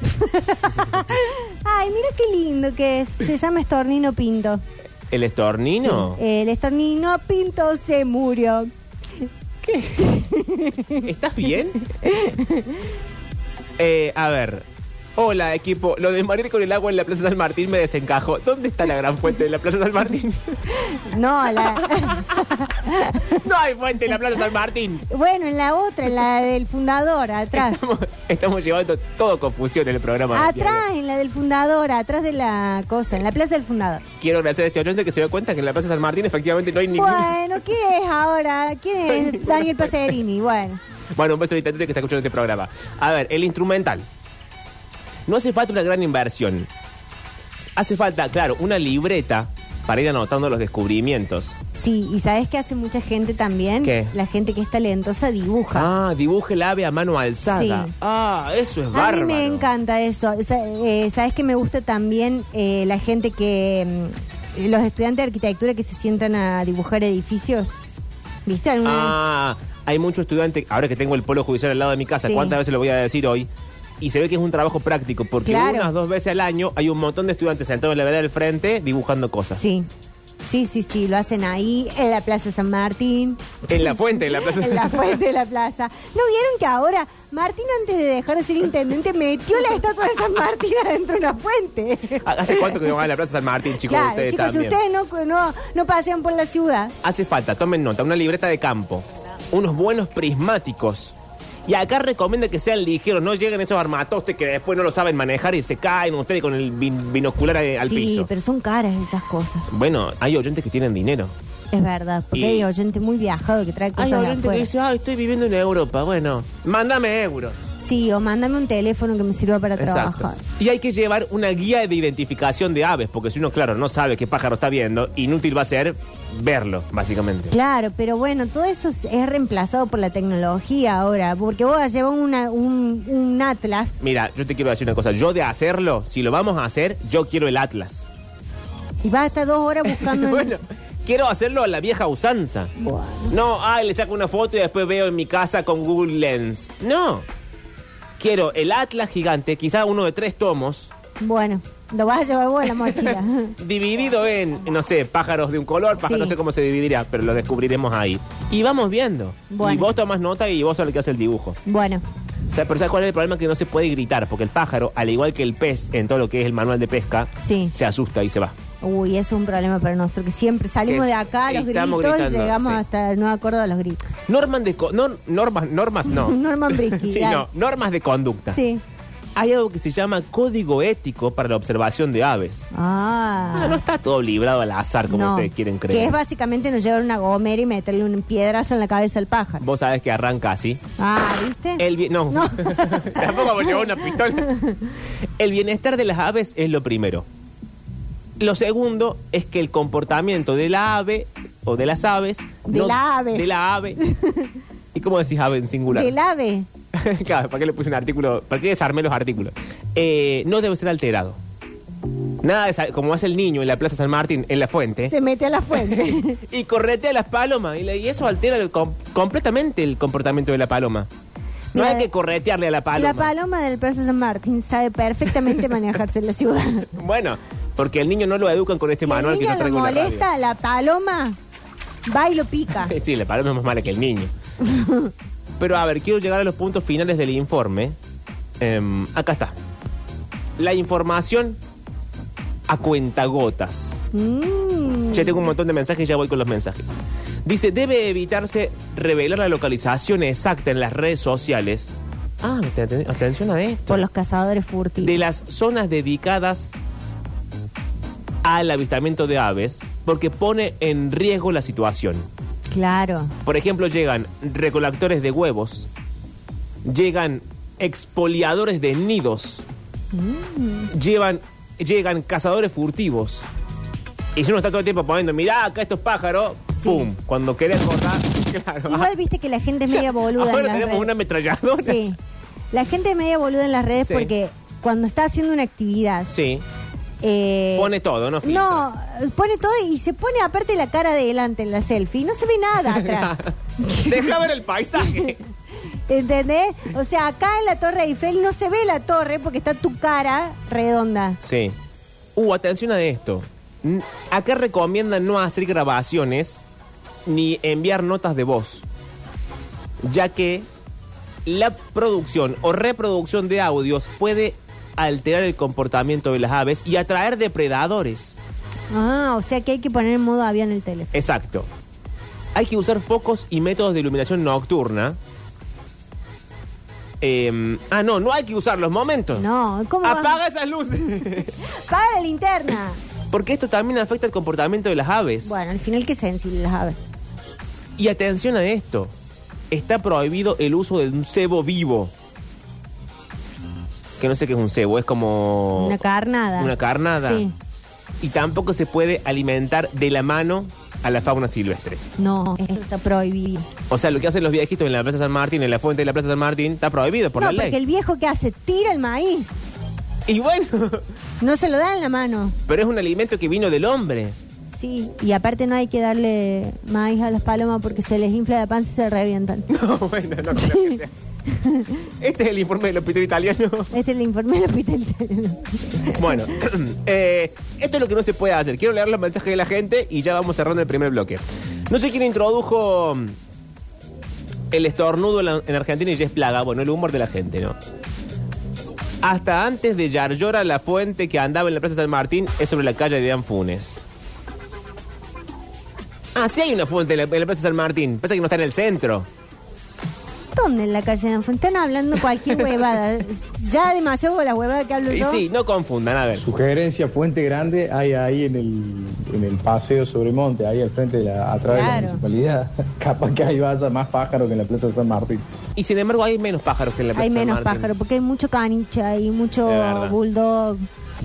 Speaker 2: Ay, mira qué lindo que es. Se llama Estornino Pinto.
Speaker 1: ¿El estornino?
Speaker 2: Sí, El Estornino Pinto se murió.
Speaker 1: ¿Estás bien? Eh, a ver. Hola, equipo. Lo de Mariel con el agua en la Plaza San Martín me desencajo. ¿Dónde está la gran fuente de la Plaza San Martín?
Speaker 2: No, la,
Speaker 1: No hay fuente en la Plaza San Martín.
Speaker 2: bueno, en la otra, en la del fundador, atrás.
Speaker 1: Estamos, estamos llevando todo confusión en el programa.
Speaker 2: Atrás, en la del fundador, atrás de la cosa, en la plaza del fundador.
Speaker 1: Quiero agradecer a este oyente que se dio cuenta que en la Plaza San Martín efectivamente no hay ningún...
Speaker 2: Bueno, ¿qué es ahora? ¿Quién es Daniel Paserini? Bueno,
Speaker 1: Bueno, un beso a Vitatete que está escuchando este programa. A ver, el instrumental. No hace falta una gran inversión. Hace falta, claro, una libreta para ir anotando los descubrimientos.
Speaker 2: sí, y sabes que hace mucha gente también.
Speaker 1: ¿Qué?
Speaker 2: La gente que es talentosa dibuja.
Speaker 1: Ah, dibuje el ave a mano alzada.
Speaker 2: Sí.
Speaker 1: Ah, eso es
Speaker 2: A
Speaker 1: bárbaro.
Speaker 2: mí me encanta eso. Sa- eh, Sabes que me gusta también eh, la gente que. mm, los estudiantes de arquitectura que se sientan a dibujar edificios. ¿Viste alguna
Speaker 1: Ah, hay muchos estudiantes, ahora que tengo el polo judicial al lado de mi casa,
Speaker 2: Sí.
Speaker 1: ¿cuántas veces lo voy a decir hoy? Y se ve que es un trabajo práctico, porque
Speaker 2: Claro.
Speaker 1: unas dos veces al año hay un montón de estudiantes sentados en la vereda del frente dibujando cosas.
Speaker 2: vez? Sí. Sí, sí, sí, lo hacen ahí, en la Plaza San Martín,
Speaker 1: En la fuente, en la plaza.
Speaker 2: en la fuente de la plaza. ¿No vieron que ahora Martín, antes de dejar de ser intendente, metió la estatua de San Martín adentro de una fuente?
Speaker 1: ¿Hace cuánto que no van a la plaza San Martín, chicos?
Speaker 2: claro,
Speaker 1: ustedes
Speaker 2: chicos,
Speaker 1: también.
Speaker 2: si ustedes no, no, no pasean por la ciudad,
Speaker 1: Hace falta, tomen nota, una libreta de campo, unos buenos prismáticos. Y acá recomienda que sean ligeros, no lleguen esos armatostes que después no lo saben manejar y se caen ustedes con el bin- binocular a- al
Speaker 2: sí,
Speaker 1: piso.
Speaker 2: pero son caras esas cosas.
Speaker 1: Bueno, hay oyentes que tienen dinero.
Speaker 2: Es verdad, porque
Speaker 1: Y-
Speaker 2: hay oyente muy viajado que trae cosas
Speaker 1: Hay
Speaker 2: de
Speaker 1: oyentes que
Speaker 2: afuera.
Speaker 1: dicen, ah, estoy viviendo en Europa. Bueno, mándame euros.
Speaker 2: Sí, o mándame un teléfono que me sirva para trabajar.
Speaker 1: Y hay que llevar una guía de identificación de aves, porque si uno, claro, no sabe qué pájaro está viendo, inútil va a ser verlo, básicamente.
Speaker 2: Claro, pero bueno, todo eso es- es reemplazado por la tecnología ahora, porque vos llevas una, un, un atlas.
Speaker 1: Mira, yo te quiero decir una cosa. Yo de hacerlo, si lo vamos a hacer, yo quiero el Atlas.
Speaker 2: Y vas hasta dos horas buscando. en-
Speaker 1: Bueno, quiero hacerlo a la vieja usanza.
Speaker 2: Bueno.
Speaker 1: No, ah, le saco una foto y después veo en mi casa con Google Lens. No. Quiero el Atlas gigante, quizá uno de tres tomos,
Speaker 2: Bueno, lo vas a llevar vos en la mochila.
Speaker 1: Dividido en, no sé, pájaros de un color, pájaros,
Speaker 2: Sí.
Speaker 1: no sé cómo se dividirá, pero lo descubriremos ahí. Y vamos viendo.
Speaker 2: Bueno.
Speaker 1: Y vos tomás nota y vos sos el que hace el dibujo.
Speaker 2: bueno,
Speaker 1: O sea, pero ¿sabes cuál es el problema? Que no se puede gritar, porque el pájaro, al igual que el pez en todo lo que es el manual de pesca,
Speaker 2: sí.
Speaker 1: se asusta y se va.
Speaker 2: Uy, es un problema para nosotros, que siempre salimos
Speaker 1: Que
Speaker 2: de
Speaker 1: es-
Speaker 2: acá a los
Speaker 1: estamos
Speaker 2: gritos y
Speaker 1: gritando,
Speaker 2: llegamos
Speaker 1: sí.
Speaker 2: hasta el nuevo acuerdo de los gritos.
Speaker 1: Norman de co- no, normas, normas no.
Speaker 2: Norman Brisky,
Speaker 1: sí,
Speaker 2: dale.
Speaker 1: no, normas de conducta.
Speaker 2: Sí.
Speaker 1: Hay algo que se llama código ético para la observación de aves. Ah, no
Speaker 2: Ah.
Speaker 1: está todo librado al azar como
Speaker 2: no.
Speaker 1: ustedes quieren
Speaker 2: Que es
Speaker 1: creer.
Speaker 2: básicamente nos llevar una gomera y meterle un piedrazo en la cabeza al pájaro.
Speaker 1: Vos sabés que arranca así.
Speaker 2: Ah, ¿viste?
Speaker 1: El bien- no.
Speaker 2: No.
Speaker 1: Tampoco vamos a llevar una pistola. El bienestar de las aves es lo primero. Lo segundo es que el comportamiento de la ave o de las aves.
Speaker 2: De la ave.
Speaker 1: De la ave. ¿Y cómo decís ave en singular?
Speaker 2: Del ave.
Speaker 1: claro, ¿para qué le puse un artículo? ¿Para qué desarmé los artículos? Eh, no debe ser alterado. Nada de sa- como hace el niño en la Plaza San Martín, en la fuente.
Speaker 2: Se mete a la fuente.
Speaker 1: Y corretea las palomas. Y, le- y eso altera el com- completamente el comportamiento de la paloma. No
Speaker 2: Mira,
Speaker 1: hay que corretearle a la paloma.
Speaker 2: La paloma del Plaza San Martín sabe perfectamente manejarse en la ciudad.
Speaker 1: Bueno, porque al niño no lo educan con este
Speaker 2: si
Speaker 1: manual
Speaker 2: el
Speaker 1: que
Speaker 2: niño
Speaker 1: yo traigo
Speaker 2: lo
Speaker 1: en la radio. Eh,
Speaker 2: molesta, la paloma va y lo pica.
Speaker 1: Sí, la palabra es más mala que el niño. Pero a ver, quiero llegar a los puntos finales del informe. Em, acá está. La información a cuentagotas.
Speaker 2: Mm.
Speaker 1: Ya tengo un montón de mensajes y ya voy con los mensajes. Dice, debe evitarse revelar la localización exacta en las redes sociales. Ah, te- te- atención a esto.
Speaker 2: Por los cazadores furtivos.
Speaker 1: de las zonas dedicadas al avistamiento de aves porque pone en riesgo la situación.
Speaker 2: Claro.
Speaker 1: Por ejemplo, llegan recolectores de huevos, llegan expoliadores de nidos,
Speaker 2: Mm.
Speaker 1: llevan, llegan cazadores furtivos. Y si uno está todo el tiempo poniendo, mirá acá estos pájaros,
Speaker 2: Sí.
Speaker 1: ¡pum! Cuando querés cortar, claro.
Speaker 2: Igual viste que la gente es media boluda. en
Speaker 1: Ahora
Speaker 2: las
Speaker 1: tenemos
Speaker 2: redes.
Speaker 1: una ametralladora.
Speaker 2: Sí. La gente es media boluda en las redes
Speaker 1: Sí.
Speaker 2: porque cuando está haciendo una actividad.
Speaker 1: Sí,
Speaker 2: eh,
Speaker 1: pone todo, ¿no? Filtra.
Speaker 2: No, pone todo y se pone aparte la cara de delante en la selfie. No se ve nada atrás.
Speaker 1: Deja ver el paisaje.
Speaker 2: ¿Entendés? O sea, acá en la Torre Eiffel no se ve la torre porque está tu cara redonda.
Speaker 1: Sí. Uh, atención a esto. N- Acá recomiendan no hacer grabaciones ni enviar notas de voz, ya que la producción o reproducción de audios puede alterar el comportamiento de las aves y atraer depredadores.
Speaker 2: Ah, o sea que hay que poner en modo avión el teléfono.
Speaker 1: Exacto. Hay que usar focos y métodos de iluminación nocturna. Em, ah, no, no hay que usar los momentos.
Speaker 2: No, ¿cómo vas?
Speaker 1: Apaga esas luces.
Speaker 2: Para la linterna.
Speaker 1: Porque esto también afecta el comportamiento de las aves.
Speaker 2: Bueno, al final qué sensible las aves.
Speaker 1: Y atención a esto. Está prohibido el uso de un cebo vivo. Que no sé qué es un cebo, es como...
Speaker 2: Una carnada.
Speaker 1: Oh. Una carnada.
Speaker 2: Sí.
Speaker 1: Y tampoco se puede alimentar de la mano a la fauna silvestre.
Speaker 2: No, esto está prohibido.
Speaker 1: O sea, lo que hacen los viejitos en la Plaza San Martín, en la fuente de la Plaza San Martín, está prohibido por la
Speaker 2: no,
Speaker 1: ley.
Speaker 2: porque el viejo que hace tira el maíz.
Speaker 1: Y bueno,
Speaker 2: No se lo da en la mano.
Speaker 1: pero es un alimento que vino del hombre.
Speaker 2: Sí, y aparte no hay que darle maíz a las palomas porque se les infla la panza y se revientan.
Speaker 1: No, bueno, no creo que sea. Este es el informe del hospital italiano.
Speaker 2: Este es el informe del hospital italiano.
Speaker 1: Bueno, eh, esto es lo que no se puede hacer. Quiero leer los mensajes de la gente y ya vamos cerrando el primer bloque. No sé quién introdujo mm, el estornudo en la- en Argentina y ya es plaga. Bueno, el humor de la gente, ¿no? Hasta antes de Yarlora, la fuente que andaba en la Plaza San Martín es sobre la calle de Dan Funes. Ah, sí hay una fuente en la, en la Plaza San Martín. Pasa que no está en el centro.
Speaker 2: ¿Dónde en la calle de Anfón? Están hablando cualquier huevada. Ya demasiado con la huevada que hablo
Speaker 1: Y
Speaker 2: yo.
Speaker 1: sí, no confundan, a ver.
Speaker 7: Sugerencia Puente Grande hay ahí en el, en el paseo sobre monte, ahí al frente de la, atrás de la
Speaker 2: Claro.
Speaker 7: municipalidad. Capaz que ahí vaya más pájaro que en la Plaza San Martín.
Speaker 1: Y sin embargo hay menos pájaros que en la Plaza
Speaker 2: hay
Speaker 1: San
Speaker 2: menos
Speaker 1: Martín.
Speaker 2: pájaros porque hay mucho caniche, hay mucho
Speaker 1: De verdad.
Speaker 2: bulldog.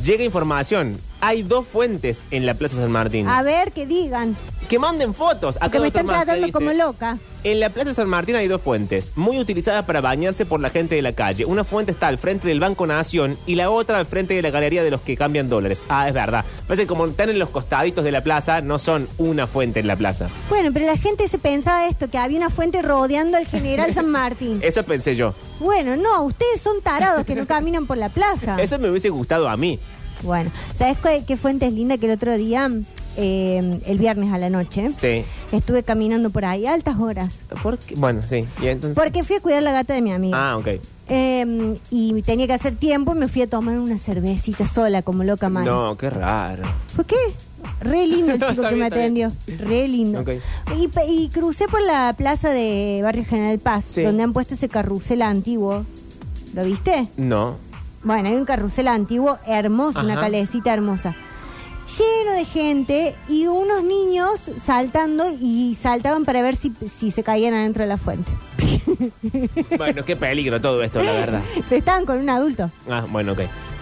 Speaker 1: Llega información. Hay dos fuentes en la Plaza San Martín.
Speaker 2: A ver que digan,
Speaker 1: Que manden fotos. Acá
Speaker 2: porque me
Speaker 1: doctor
Speaker 2: están
Speaker 1: Mate
Speaker 2: tratando
Speaker 1: dice,
Speaker 2: como loca.
Speaker 1: En la Plaza San Martín hay dos fuentes, muy utilizadas para bañarse por la gente de la calle. Una fuente está al frente del Banco Nación y la otra al frente de la galería de los que cambian dólares. Ah, es verdad. Parece que como están en los costaditos de la plaza, no son una fuente en la plaza.
Speaker 2: Bueno, pero la gente se pensaba esto, que había una fuente rodeando al general San Martín.
Speaker 1: Eso pensé yo.
Speaker 2: Bueno, no, ustedes son tarados que no caminan por la plaza.
Speaker 1: Eso me hubiese gustado a mí.
Speaker 2: Bueno, ¿sabes qué, qué fuente es linda que el otro día, eh, el viernes a la noche,
Speaker 1: Sí.
Speaker 2: estuve caminando por ahí a altas horas?
Speaker 1: ¿Por qué? Bueno, sí. Y entonces...
Speaker 2: Porque fui a cuidar la gata de mi amiga.
Speaker 1: Ah, ok.
Speaker 2: Eh, y tenía que hacer tiempo y me fui a tomar una cervecita sola como loca mal.
Speaker 1: No, qué raro.
Speaker 2: ¿Por qué? Re lindo el
Speaker 1: No,
Speaker 2: chico
Speaker 1: está
Speaker 2: que me
Speaker 1: bien, está bien.
Speaker 2: atendió. Re lindo.
Speaker 1: Ok.
Speaker 2: Y, pe- y crucé por la plaza de Barrio General Paz,
Speaker 1: Sí.
Speaker 2: donde han puesto ese carrusel antiguo. ¿Lo viste?
Speaker 1: No.
Speaker 2: Bueno, hay un carrusel antiguo hermoso, una
Speaker 1: Ajá.
Speaker 2: calecita hermosa. Lleno de gente y unos niños saltando y saltaban para ver si, si se caían adentro de la fuente.
Speaker 1: Bueno, qué peligro todo esto, la verdad.
Speaker 2: Estaban con un adulto.
Speaker 1: Ah, bueno, ok.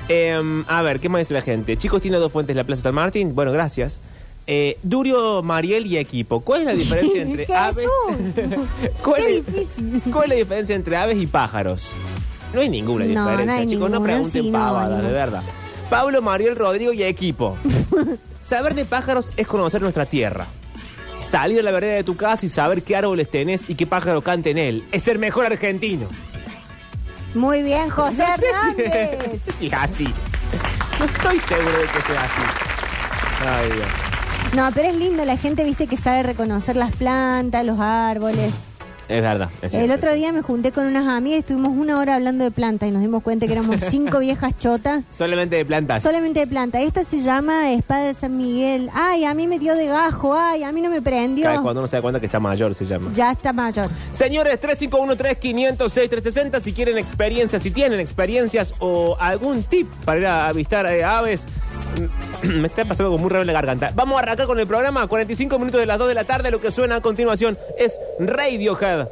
Speaker 1: Em, a ver, ¿qué más dice la gente? Chicos, tiene dos fuentes la Plaza San Martín. Bueno, gracias. Eh, Durio, Mariel y equipo. ¿Cuál es la diferencia entre aves?
Speaker 2: Jesús.
Speaker 1: ¿Cuál,
Speaker 2: Qué
Speaker 1: es,
Speaker 2: difícil.
Speaker 1: cuál es la diferencia entre aves y pájaros? No hay ninguna
Speaker 2: No,
Speaker 1: diferencia,
Speaker 2: no hay
Speaker 1: chicos. no
Speaker 2: ninguna,
Speaker 1: pregunten
Speaker 2: sí, no,
Speaker 1: pavadas,
Speaker 2: no.
Speaker 1: de verdad. Pablo, Mariel, Rodrigo y equipo. saber de pájaros es conocer nuestra tierra. Salir a la vereda de tu casa y saber qué árboles tenés y qué pájaro canta en él. Es el mejor argentino.
Speaker 2: Muy bien, José
Speaker 1: No sé si-
Speaker 2: Hernández.
Speaker 1: no sé si es así. No estoy seguro de que sea así. Ay, Dios.
Speaker 2: No, pero es lindo, la gente viste que sabe reconocer las plantas, los árboles.
Speaker 1: Es verdad. es
Speaker 2: El
Speaker 1: cierto.
Speaker 2: otro día me junté con unas amigas y estuvimos una hora hablando de plantas y nos dimos cuenta que éramos cinco viejas chotas.
Speaker 1: Solamente de plantas.
Speaker 2: Solamente de planta. Esta se llama Espada de San Miguel. Ay, a mí me dio de gajo. Ay, a mí no me
Speaker 1: Cada vez
Speaker 2: prendió.
Speaker 1: cuando uno se da cuenta que está mayor se llama.
Speaker 2: Ya está mayor.
Speaker 1: Señores, 351-3506-360, si quieren experiencias, si tienen experiencias o algún tip para ir a avistar eh, aves. Me está pasando algo muy raro en la garganta. Vamos a arrancar con el programa. 45 minutos de las 2 de la tarde. Lo que suena a continuación es Radiohead.